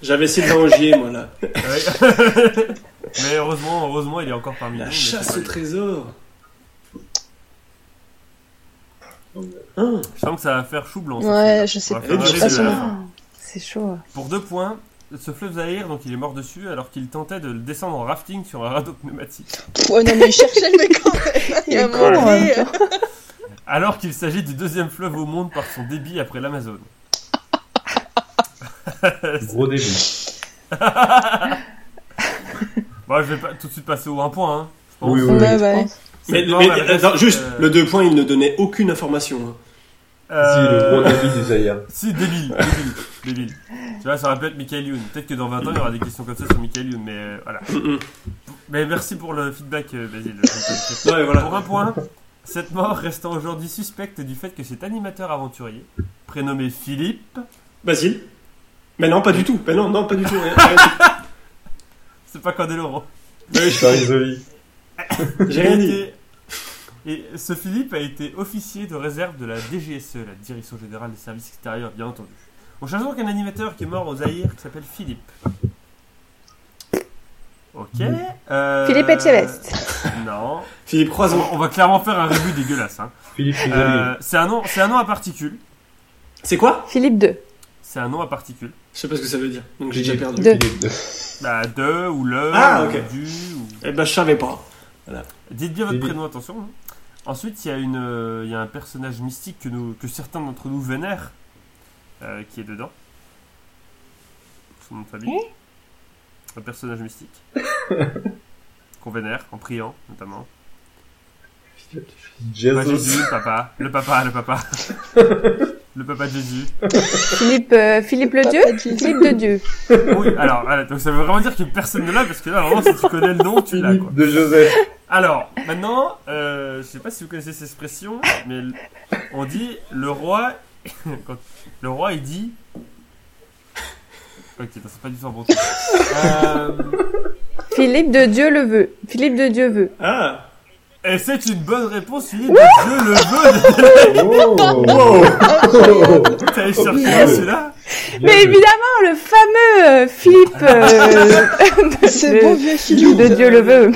Speaker 4: J'avais Sylvain Augier, moi là.
Speaker 2: Ouais. mais heureusement, heureusement, il est encore parmi nous.
Speaker 4: La
Speaker 2: mais
Speaker 4: chasse
Speaker 2: c'est
Speaker 4: au
Speaker 2: pas lui.
Speaker 4: trésor. Hein
Speaker 2: Je sens que ça va faire chou blanc. ce film-là.
Speaker 1: Ouais, je sais
Speaker 2: On
Speaker 1: pas.
Speaker 2: va faire
Speaker 4: de
Speaker 2: un
Speaker 4: toute
Speaker 2: résumé
Speaker 1: façon,
Speaker 2: à la fin.
Speaker 5: C'est chaud. hein,
Speaker 2: Pour deux points, ce fleuve Zahir, donc il est mort dessus alors qu'il tentait de le descendre en rafting sur un radeau pneumatique.
Speaker 1: Pff, ouais, non, mais il cherchait le mec quand même. Il y a un
Speaker 5: Il
Speaker 1: moment
Speaker 5: est con, en
Speaker 1: donné,
Speaker 5: même
Speaker 1: euh,
Speaker 2: Alors qu'il s'agit du deuxième fleuve au monde par son débit après l'Amazone.
Speaker 3: Gros début.
Speaker 2: Bon, je vais pas tout de suite passer au un point. hein, je pense.
Speaker 3: Oui, oui.
Speaker 1: euh,
Speaker 5: Ah
Speaker 1: Ouais,
Speaker 5: bah
Speaker 1: ouais.
Speaker 2: C'est
Speaker 4: Mais,
Speaker 2: pas
Speaker 4: mais-
Speaker 2: mal,
Speaker 4: attends,
Speaker 2: reste,
Speaker 4: juste,
Speaker 2: euh,
Speaker 4: le 2 points, il ne donnait aucune information. hein.
Speaker 3: Si, le gros
Speaker 2: euh,
Speaker 3: début du Zaïre.
Speaker 2: Si, débile, débile, débile. Tu vois, ça rappelle Michael Youn. Peut-être que dans 20 ans, il y aura des questions comme ça sur Michael Youn, mais euh, voilà.
Speaker 4: Mm, mm.
Speaker 2: Mais merci pour le feedback, euh, Basile.
Speaker 4: Ouais, voilà.
Speaker 2: Pour un point, cette mort restant aujourd'hui suspecte du fait que cet animateur aventurier, prénommé Philippe,
Speaker 4: Basile Mais non, pas du tout. Mais non, non, pas du tout. rien, rien du
Speaker 2: c'est pas Candeloro,
Speaker 4: tout. Ouais, je-
Speaker 3: Paris joli.
Speaker 4: J'ai
Speaker 2: a
Speaker 4: rien dit.
Speaker 2: été- Et ce Philippe a été officier de réserve de la DGSE, E, la Direction Générale des Services Extérieurs, bien entendu. On cherche donc un animateur qui est mort au Zaïre qui s'appelle Philippe. Ok.
Speaker 4: Mm.
Speaker 2: euh,
Speaker 5: Philippe Etchebest.
Speaker 2: Non.
Speaker 4: Philippe
Speaker 2: On,
Speaker 4: Croison.
Speaker 2: on va clairement faire un rébut dégueulasse. hein.
Speaker 3: Philippe Risoli.
Speaker 2: Euh, c'est un nom, c'est un nom à particules.
Speaker 4: C'est quoi
Speaker 5: Philippe 2.
Speaker 2: C'est un nom à particules.
Speaker 4: Je sais pas ce que ça veut dire. Donc j'ai déjà perdu.
Speaker 5: Deux.
Speaker 3: Philippe deux.
Speaker 2: Bah, de ou le
Speaker 4: Ah,
Speaker 2: ou
Speaker 4: ok.
Speaker 2: du. ou-
Speaker 4: Eh ben, je savais pas.
Speaker 2: Dites bien votre
Speaker 3: Philippe.
Speaker 2: prénom, attention. hein. Ensuite, il y, a une, euh, il y a un personnage mystique que, nous, que certains d'entre nous vénèrent euh, qui est dedans. Son nom de famille. Un personnage mystique qu'on vénère en priant, notamment. Pas
Speaker 3: Jesus.
Speaker 2: Jésus, le papa, le papa, le papa. le papa de Jésus.
Speaker 5: Philippe, euh, Philippe le Dieu
Speaker 1: Papa Dieu.
Speaker 5: Philippe de Dieu.
Speaker 2: Oui, alors, voilà, donc ça veut vraiment dire que personne ne l'a parce que là, vraiment, si tu connais le nom, tu l'as quoi.
Speaker 3: Philippe de Joseph.
Speaker 2: Alors, maintenant, euh, je sais pas si vous connaissez cette expression, mais l- on dit le roi. quand le roi il dit. Ok, non, c'est pas du tout un bon truc.
Speaker 4: Euh,
Speaker 5: Philippe de Dieu le veut. Philippe de Dieu veut.
Speaker 4: Ah
Speaker 2: Et c'est une bonne réponse, Philippe. Dieu le veut.
Speaker 3: Oh.
Speaker 2: T'allais chercher celui-là
Speaker 5: Mais évidemment, le fameux euh, Philippe euh, de-
Speaker 1: Ce beau vieux filou.
Speaker 5: de Dieu le veut.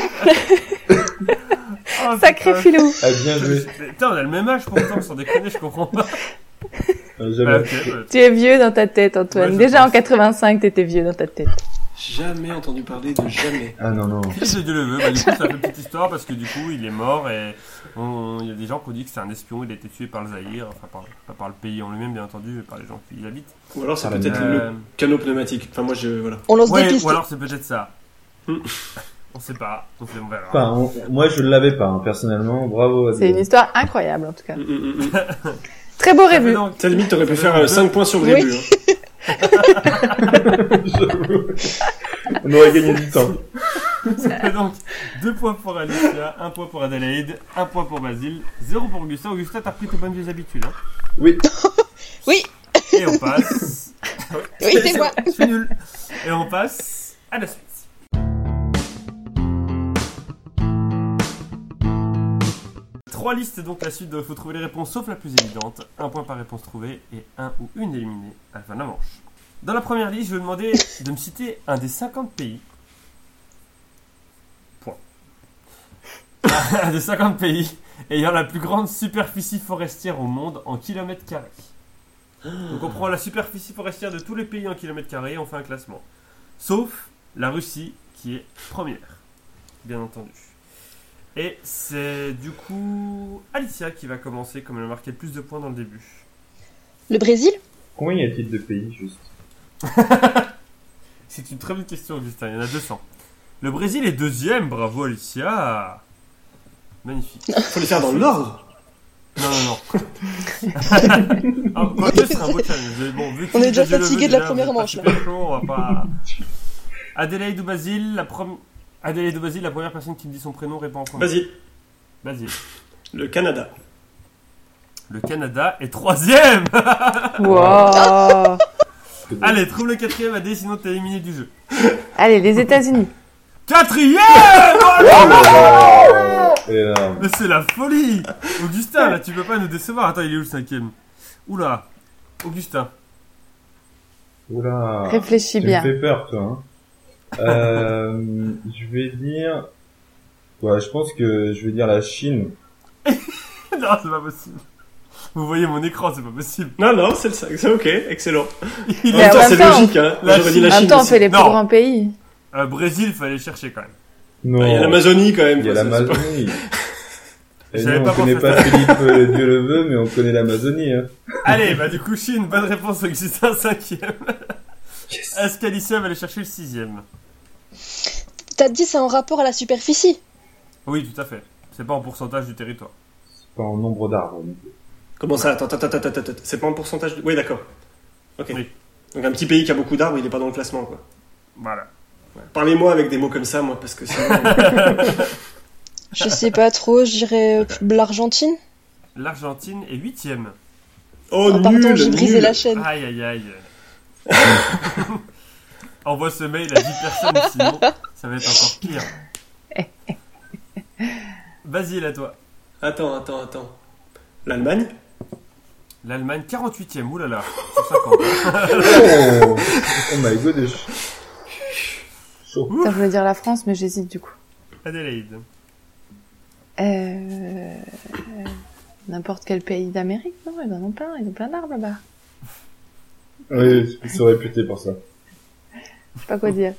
Speaker 2: Oh,
Speaker 5: Sacré
Speaker 2: putain.
Speaker 5: philo.
Speaker 3: Ah, bien joué.
Speaker 2: Mais Putain, on a le même âge pourtant, sans déconner, je comprends pas.
Speaker 3: Ah,
Speaker 2: Bah,
Speaker 3: J'avais
Speaker 2: ok, bah,
Speaker 5: Tu es vieux dans ta tête, Antoine.
Speaker 2: Ouais, je
Speaker 5: Déjà
Speaker 2: pense.
Speaker 5: en 85, t'étais vieux dans ta tête.
Speaker 4: Jamais entendu parler de jamais.
Speaker 3: Ah non, non.
Speaker 2: J'ai Dieu le veut. Bah, du coup, c'est un peu une petite histoire parce que du coup, il est mort et on- il y a des gens qui ont dit que c'est un espion. Il a été tué par le Zaïre, enfin, par, pas par le pays en lui-même, bien entendu, mais par les gens qui y habitent.
Speaker 4: Ou alors c'est
Speaker 3: Ah,
Speaker 4: peut-être
Speaker 2: Euh,
Speaker 4: le canot pneumatique. Enfin moi je voilà.
Speaker 1: On lance des
Speaker 2: ouais,
Speaker 1: pistes.
Speaker 2: ou alors c'est peut-être ça.
Speaker 4: Hmm.
Speaker 2: on sait pas. On sait- on verra. Ah,
Speaker 3: Enfin, on- moi, je l'avais pas, hein, personnellement. Bravo. à
Speaker 5: C'est une
Speaker 3: vous.
Speaker 5: histoire incroyable en tout cas.
Speaker 4: Mm, mm, mm, mm.
Speaker 5: Très beau
Speaker 2: Ça fait
Speaker 5: revue.
Speaker 2: donc-
Speaker 4: T'as limite t'aurais
Speaker 2: Ça
Speaker 4: pu
Speaker 2: fait
Speaker 4: faire euh,
Speaker 2: donc
Speaker 4: 5 points sur le
Speaker 1: Oui.
Speaker 4: début. hein.
Speaker 3: On aurait gagné du temps.
Speaker 2: Ça fait donc 2 points pour Alicia, 1 point pour Adélaïde, 1 point pour Basile, 0 pour Augustin. Augustin, t'as repris tes bonnes vieilles habitudes. hein.
Speaker 3: Oui.
Speaker 1: Oui.
Speaker 2: Et on passe.
Speaker 1: Oui, c'est moi.
Speaker 2: Je suis nul. Et on passe à la suite. Trois listes, donc la suite, il faut trouver les réponses sauf la plus évidente. Un point par réponse trouvée et un ou une éliminée à la fin de la manche. Dans la première liste, je vais demander de me citer un des 50 pays. Point. un des 50 pays ayant la plus grande superficie forestière au monde en kilomètres carrés. Donc on prend la superficie forestière de tous les pays en kilomètres carrés et on fait un classement. Sauf la Russie qui est première, bien entendu. Et c'est du coup Alicia qui va commencer comme elle a marqué le plus de points dans le début.
Speaker 1: Le Brésil
Speaker 3: Combien y a-t-il de pays, juste
Speaker 2: C'est une très bonne question Augustin, il y en a 200. Le Brésil est deuxième, bravo Alicia Magnifique.
Speaker 4: Faut les faire dans l'ordre.
Speaker 2: Non, non, non. Alors, quoi que, ce sera un beau challenge. Mais bon, vu que
Speaker 1: On est
Speaker 2: tu
Speaker 1: déjà
Speaker 2: as levé
Speaker 1: fatigué de la
Speaker 2: déjà,
Speaker 1: première
Speaker 2: vous êtes pas
Speaker 1: manche, là.
Speaker 2: super chaud, on va pas- Adélaïde ou Basile, la première. Adélaïde ou Basile, la première personne qui me dit son prénom répond en premier.
Speaker 4: Vas-y.
Speaker 2: Basile.
Speaker 4: Le Canada.
Speaker 2: Le Canada est troisième
Speaker 3: Ah,
Speaker 5: Wow.
Speaker 2: Allez, trouve le quatrième, Adé, sinon t'es éliminé du jeu.
Speaker 5: Allez,
Speaker 3: Ah.
Speaker 5: les États-Unis.
Speaker 2: Quatrième
Speaker 3: Énorme.
Speaker 2: Mais c'est la folie Augustin, là, tu peux pas nous décevoir. Attends, il est où le cinquième Oula Augustin.
Speaker 3: Oula.
Speaker 5: Réfléchis
Speaker 3: Ah, Tu
Speaker 5: bien.
Speaker 3: me fais peur, toi. hein. Euh, je vais dire. Ouais, je pense que je vais dire la Chine.
Speaker 4: Ah,
Speaker 2: non, c'est pas possible. Vous voyez mon écran, c'est pas possible.
Speaker 4: Non non c'est le 5. C'est ok excellent.
Speaker 2: Il
Speaker 1: Eh
Speaker 4: En même
Speaker 5: Mais en
Speaker 4: temps
Speaker 5: même
Speaker 4: c'est
Speaker 5: temps,
Speaker 4: logique. Hein.
Speaker 2: la
Speaker 4: J'aurais dit la
Speaker 5: En même
Speaker 4: Chine.
Speaker 5: temps, on
Speaker 4: aussi.
Speaker 5: fait les plus
Speaker 2: Non.
Speaker 5: grands pays.
Speaker 2: Euh, Brésil, fallait chercher quand même.
Speaker 3: Non.
Speaker 4: Ah, Il y a l'Amazonie quand même.
Speaker 3: Oh. Il y a
Speaker 4: quoi, ça, c'est pas-
Speaker 3: l'Amazonie. Et
Speaker 2: J'avais
Speaker 3: nous,
Speaker 2: pas
Speaker 3: on connaît
Speaker 2: pensé
Speaker 3: pas Philippe euh, Dieu le veut, mais on connaît l'Amazonie. Hein.
Speaker 2: Allez, bah du coup, Chine, bonne réponse, Augustin, cinquième.
Speaker 3: Yes.
Speaker 2: Est-ce qu'Alicia va aller chercher le sixième
Speaker 1: T'as dit c'est en rapport à la superficie.
Speaker 2: Oui, tout à fait. C'est pas en pourcentage du territoire.
Speaker 3: C'est pas en nombre d'arbres. donc.
Speaker 4: Comment ça Attends attends attends attends. attends. C'est pas un pourcentage. de- Oui d'accord. Ok.
Speaker 2: Oui.
Speaker 4: Donc un petit pays qui a beaucoup d'arbres il est pas dans le classement quoi.
Speaker 2: Voilà.
Speaker 4: Parlez-moi avec des mots comme ça moi parce que sinon.
Speaker 1: Je sais pas trop, j'irais euh, l'Argentine.
Speaker 2: L'Argentine est huitième.
Speaker 4: Oh
Speaker 1: Ah, pardon,
Speaker 4: nul,
Speaker 1: j'ai brisé
Speaker 4: nul.
Speaker 1: la chaîne.
Speaker 2: Aïe, aïe, aïe. Envoie ce mail à 10 personnes, sinon ça va être encore pire. Basile, à toi.
Speaker 4: Attends, attends, attends. L'Allemagne
Speaker 2: L'Allemagne, 48ème, oulala, sur 50.
Speaker 3: Oh, oh my god. Chaud.
Speaker 5: Putain, je voulais dire la France, mais j'hésite du coup.
Speaker 2: Adélaïde.
Speaker 5: Euh, euh, N'importe quel pays d'Amérique, non Ils en ont plein, ils ont plein d'arbres là-bas.
Speaker 3: Oui, ils sont réputés pour ça.
Speaker 5: Je sais pas quoi dire.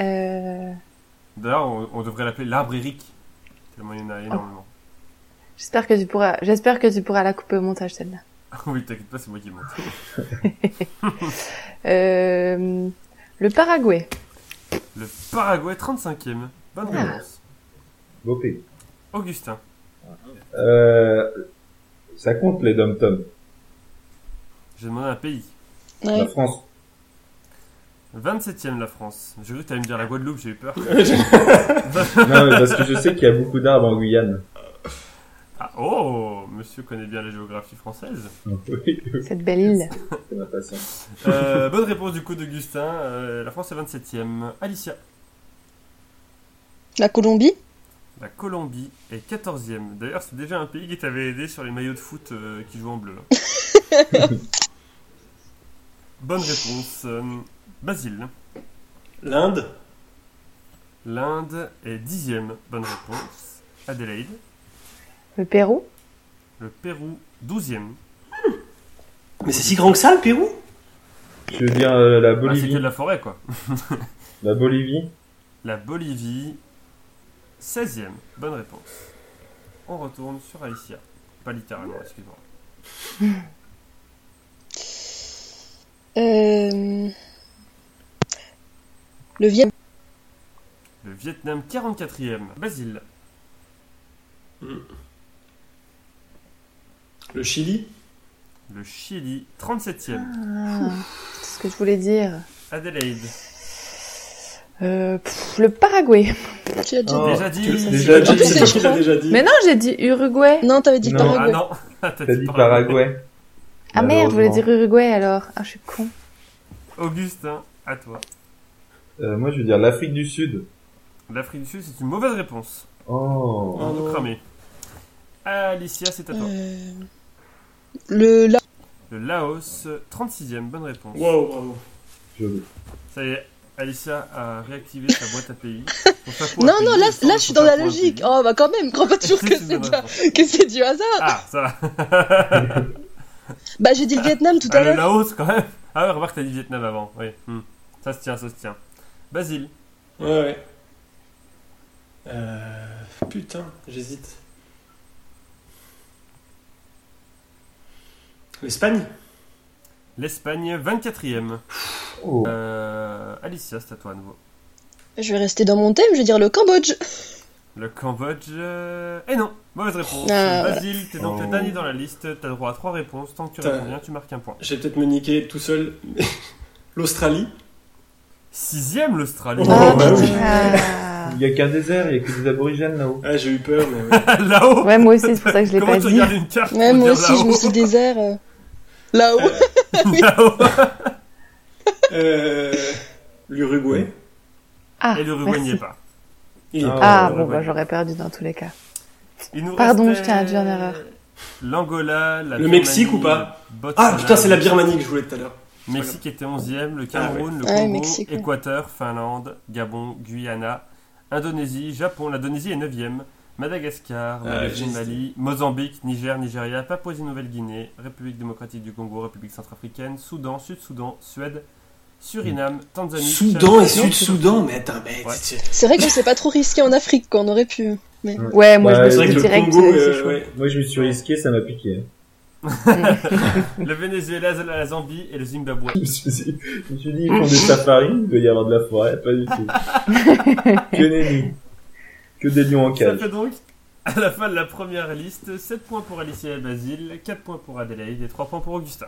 Speaker 5: Euh,
Speaker 2: D'ailleurs, on, on devrait l'appeler l'arbre Eric, tellement il y en a énormément.
Speaker 5: j'espère que tu pourras, j'espère que tu pourras la couper au montage celle-là.
Speaker 2: oui, t'inquiète pas, c'est moi qui monte.
Speaker 5: Euh, le Paraguay.
Speaker 2: Le Paraguay, 35ème. Bonne
Speaker 5: Ah.
Speaker 2: réponse.
Speaker 3: Beau pays.
Speaker 2: Augustin.
Speaker 3: Euh, ça compte les dom-toms.
Speaker 2: J'ai demandé un pays.
Speaker 1: Ouais.
Speaker 3: La France.
Speaker 2: 27ème la France. J'ai cru que t'allais me dire la Guadeloupe, j'ai eu peur.
Speaker 3: Non, mais parce que je sais qu'il y a beaucoup d'arbres en Guyane.
Speaker 2: Ah, oh, monsieur connaît bien la géographie française.
Speaker 3: Oui,
Speaker 5: Cette belle île.
Speaker 3: c'est ma passion.
Speaker 2: Euh, bonne réponse du coup d'Augustin. Euh, la France est 27ème. Alicia.
Speaker 1: La Colombie
Speaker 2: La Colombie est 14ème. D'ailleurs, c'est déjà un pays qui t'avait aidé sur les maillots de foot euh, qui jouent en bleu. bonne réponse. Euh, Basile.
Speaker 4: L'Inde
Speaker 2: L'Inde est 10ème. Bonne réponse. Adélaïde.
Speaker 5: Le Pérou.
Speaker 2: Le Pérou, 12ème.
Speaker 4: Mais c'est si grand que ça, le Pérou
Speaker 3: Je veux dire euh, la
Speaker 2: Bah,
Speaker 3: Bolivie.
Speaker 2: C'était de la forêt, quoi.
Speaker 3: la... Bolivie.
Speaker 2: La Bolivie, 16e. Bonne réponse. On retourne sur Alicia. Pas littéralement, excuse-moi.
Speaker 1: Euh... Le Vietnam.
Speaker 2: Le Vietnam, 44e. Basile.
Speaker 4: Le Chili
Speaker 2: Le Chili, 37e.
Speaker 5: Ah, c'est ce que je voulais dire.
Speaker 2: Adelaide.
Speaker 5: Euh, pff, le Paraguay.
Speaker 1: Tu l'as déjà
Speaker 3: Oh,
Speaker 2: déjà dit.
Speaker 3: tu- déjà
Speaker 1: dit.
Speaker 4: C'est toi qui l'as déjà dit.
Speaker 5: Mais non, j'ai dit Uruguay.
Speaker 1: dit. Non, t'avais dit
Speaker 3: Non.
Speaker 2: Ah
Speaker 1: Paraguay.
Speaker 2: non, t'as
Speaker 3: T'as dit Paraguay.
Speaker 5: Ah merde, je voulais
Speaker 3: Malheureusement.
Speaker 5: dire Uruguay alors. Ah, je suis con.
Speaker 2: Augustin, à toi.
Speaker 3: Euh, moi, je veux dire l'Afrique du Sud.
Speaker 2: L'Afrique du Sud, c'est une mauvaise réponse.
Speaker 3: Oh.
Speaker 2: On
Speaker 4: non.
Speaker 2: nous cramer. Alicia, c'est à toi.
Speaker 1: Euh, Le la...
Speaker 2: Le Laos, 36e. Bonne réponse.
Speaker 4: Wow, bravo.
Speaker 3: joli.
Speaker 2: Ça y est, Alicia a réactivé sa boîte API. Pour faire pour
Speaker 1: Non,
Speaker 2: API,
Speaker 1: non, là,
Speaker 2: sans-
Speaker 1: là
Speaker 2: sans
Speaker 1: je suis
Speaker 2: faire
Speaker 1: dans la
Speaker 2: pour
Speaker 1: logique.
Speaker 2: API.
Speaker 1: Oh, bah quand même, crois pas toujours que
Speaker 2: C'est une
Speaker 1: c'est
Speaker 2: bonne
Speaker 1: de la-
Speaker 2: réponse.
Speaker 1: que c'est du hasard.
Speaker 2: Ah, ça va.
Speaker 1: Bah, j'ai dit le Vietnam tout
Speaker 2: Ah,
Speaker 1: à
Speaker 2: le
Speaker 1: l'heure.
Speaker 2: Laos, quand même. Ah ouais, remarque, t'as dit Vietnam avant. Oui. Hmm. Ça se tient, ça se tient. Basile,
Speaker 4: Ouais, ouais. Euh, putain, j'hésite. L'Espagne
Speaker 2: l'Espagne, 24e.
Speaker 3: Oh.
Speaker 2: Euh, Alicia, c'est à toi à nouveau.
Speaker 1: Je vais rester dans mon thème, je vais dire le Cambodge.
Speaker 2: Le Cambodge. euh, Eh non, mauvaise réponse.
Speaker 1: Ah, voilà.
Speaker 2: Basile, t'es donc le
Speaker 3: Oh.
Speaker 2: dernier dans la liste. T'as droit à trois réponses. Tant que tu
Speaker 4: Putain.
Speaker 2: réponds bien, tu marques un point.
Speaker 4: Je vais peut-être me niquer tout seul. L'Australie
Speaker 2: Sixième, l'Australie.
Speaker 4: Oh,
Speaker 5: Ah,
Speaker 4: bah oui.
Speaker 5: putain.
Speaker 3: Il y a qu'un désert, il y a que des aborigènes là-haut.
Speaker 4: Ah, j'ai eu peur, mais ouais.
Speaker 2: Là-haut.
Speaker 5: Ouais, moi aussi, c'est pour ça que je l'ai
Speaker 2: Comment
Speaker 5: pas
Speaker 2: tu
Speaker 5: dit.
Speaker 2: regardes une carte
Speaker 1: Ouais,
Speaker 2: pour
Speaker 1: moi
Speaker 2: dire
Speaker 1: aussi, je me
Speaker 2: là-haut Euh.
Speaker 1: suis désert. euh, Là-haut. oui.
Speaker 2: Là-haut.
Speaker 4: Euh, L'Uruguay
Speaker 5: Ah,
Speaker 2: Et l'Uruguay n'y
Speaker 5: merci.
Speaker 2: est pas.
Speaker 4: Il est
Speaker 3: Ah.
Speaker 4: pas.
Speaker 5: Ah,
Speaker 3: Euh,
Speaker 5: bon,
Speaker 2: ouais.
Speaker 5: bah, j'aurais perdu dans tous les cas.
Speaker 2: Il nous
Speaker 5: Pardon,
Speaker 2: restait
Speaker 5: je tiens à dire une erreur.
Speaker 2: L'Angola, la
Speaker 4: Le
Speaker 2: Birmanie,
Speaker 4: Mexique ou pas
Speaker 2: le Botswana,
Speaker 4: Ah, putain, c'est la Birmanie que je voulais tout à l'heure.
Speaker 2: Mexique était 11e, le
Speaker 1: Ah ouais.
Speaker 2: Cameroun, le
Speaker 1: Ouais,
Speaker 2: Congo,
Speaker 1: Mexique, ouais.
Speaker 2: Équateur, Finlande, Gabon, Guyana, Indonésie, Japon. L'Indonésie est 9e. Madagascar,
Speaker 4: Ah,
Speaker 2: Malaisie,
Speaker 4: j'ai
Speaker 2: Mali, Mozambique, Niger, Nigeria, Papouasie-Nouvelle-Guinée, République démocratique du Congo, République centrafricaine, Soudan, Sud-Soudan, Suède, Suriname, Tanzanie.
Speaker 4: Soudan et
Speaker 2: Tchad,
Speaker 4: Sud-Soudan, mais attends, mais
Speaker 2: Ouais.
Speaker 4: c'est
Speaker 1: C'est vrai qu'on s'est pas trop risqué en Afrique, quoi. On aurait pu.
Speaker 5: Ouais, moi,
Speaker 3: Bah,
Speaker 4: c'est vrai
Speaker 5: je me suis
Speaker 4: que
Speaker 5: dit
Speaker 4: le
Speaker 5: direct,
Speaker 4: Congo,
Speaker 5: c'est
Speaker 4: euh,
Speaker 5: chaud.
Speaker 4: ouais.
Speaker 3: Moi, je me suis risqué, ça m'a piqué. hein.
Speaker 2: Le Venezuela, la Zambie et le Zimbabwe.
Speaker 3: Je me suis dit, je me suis dit, ils font des safaris, il doit y avoir de la forêt, pas du tout. que nenni. Que des lions en
Speaker 2: Ça
Speaker 3: cage.
Speaker 2: fait donc, à la fin de la première liste, 7 points pour Alicia et Basile, 4 points pour Adélaïde et 3 points pour Augustin.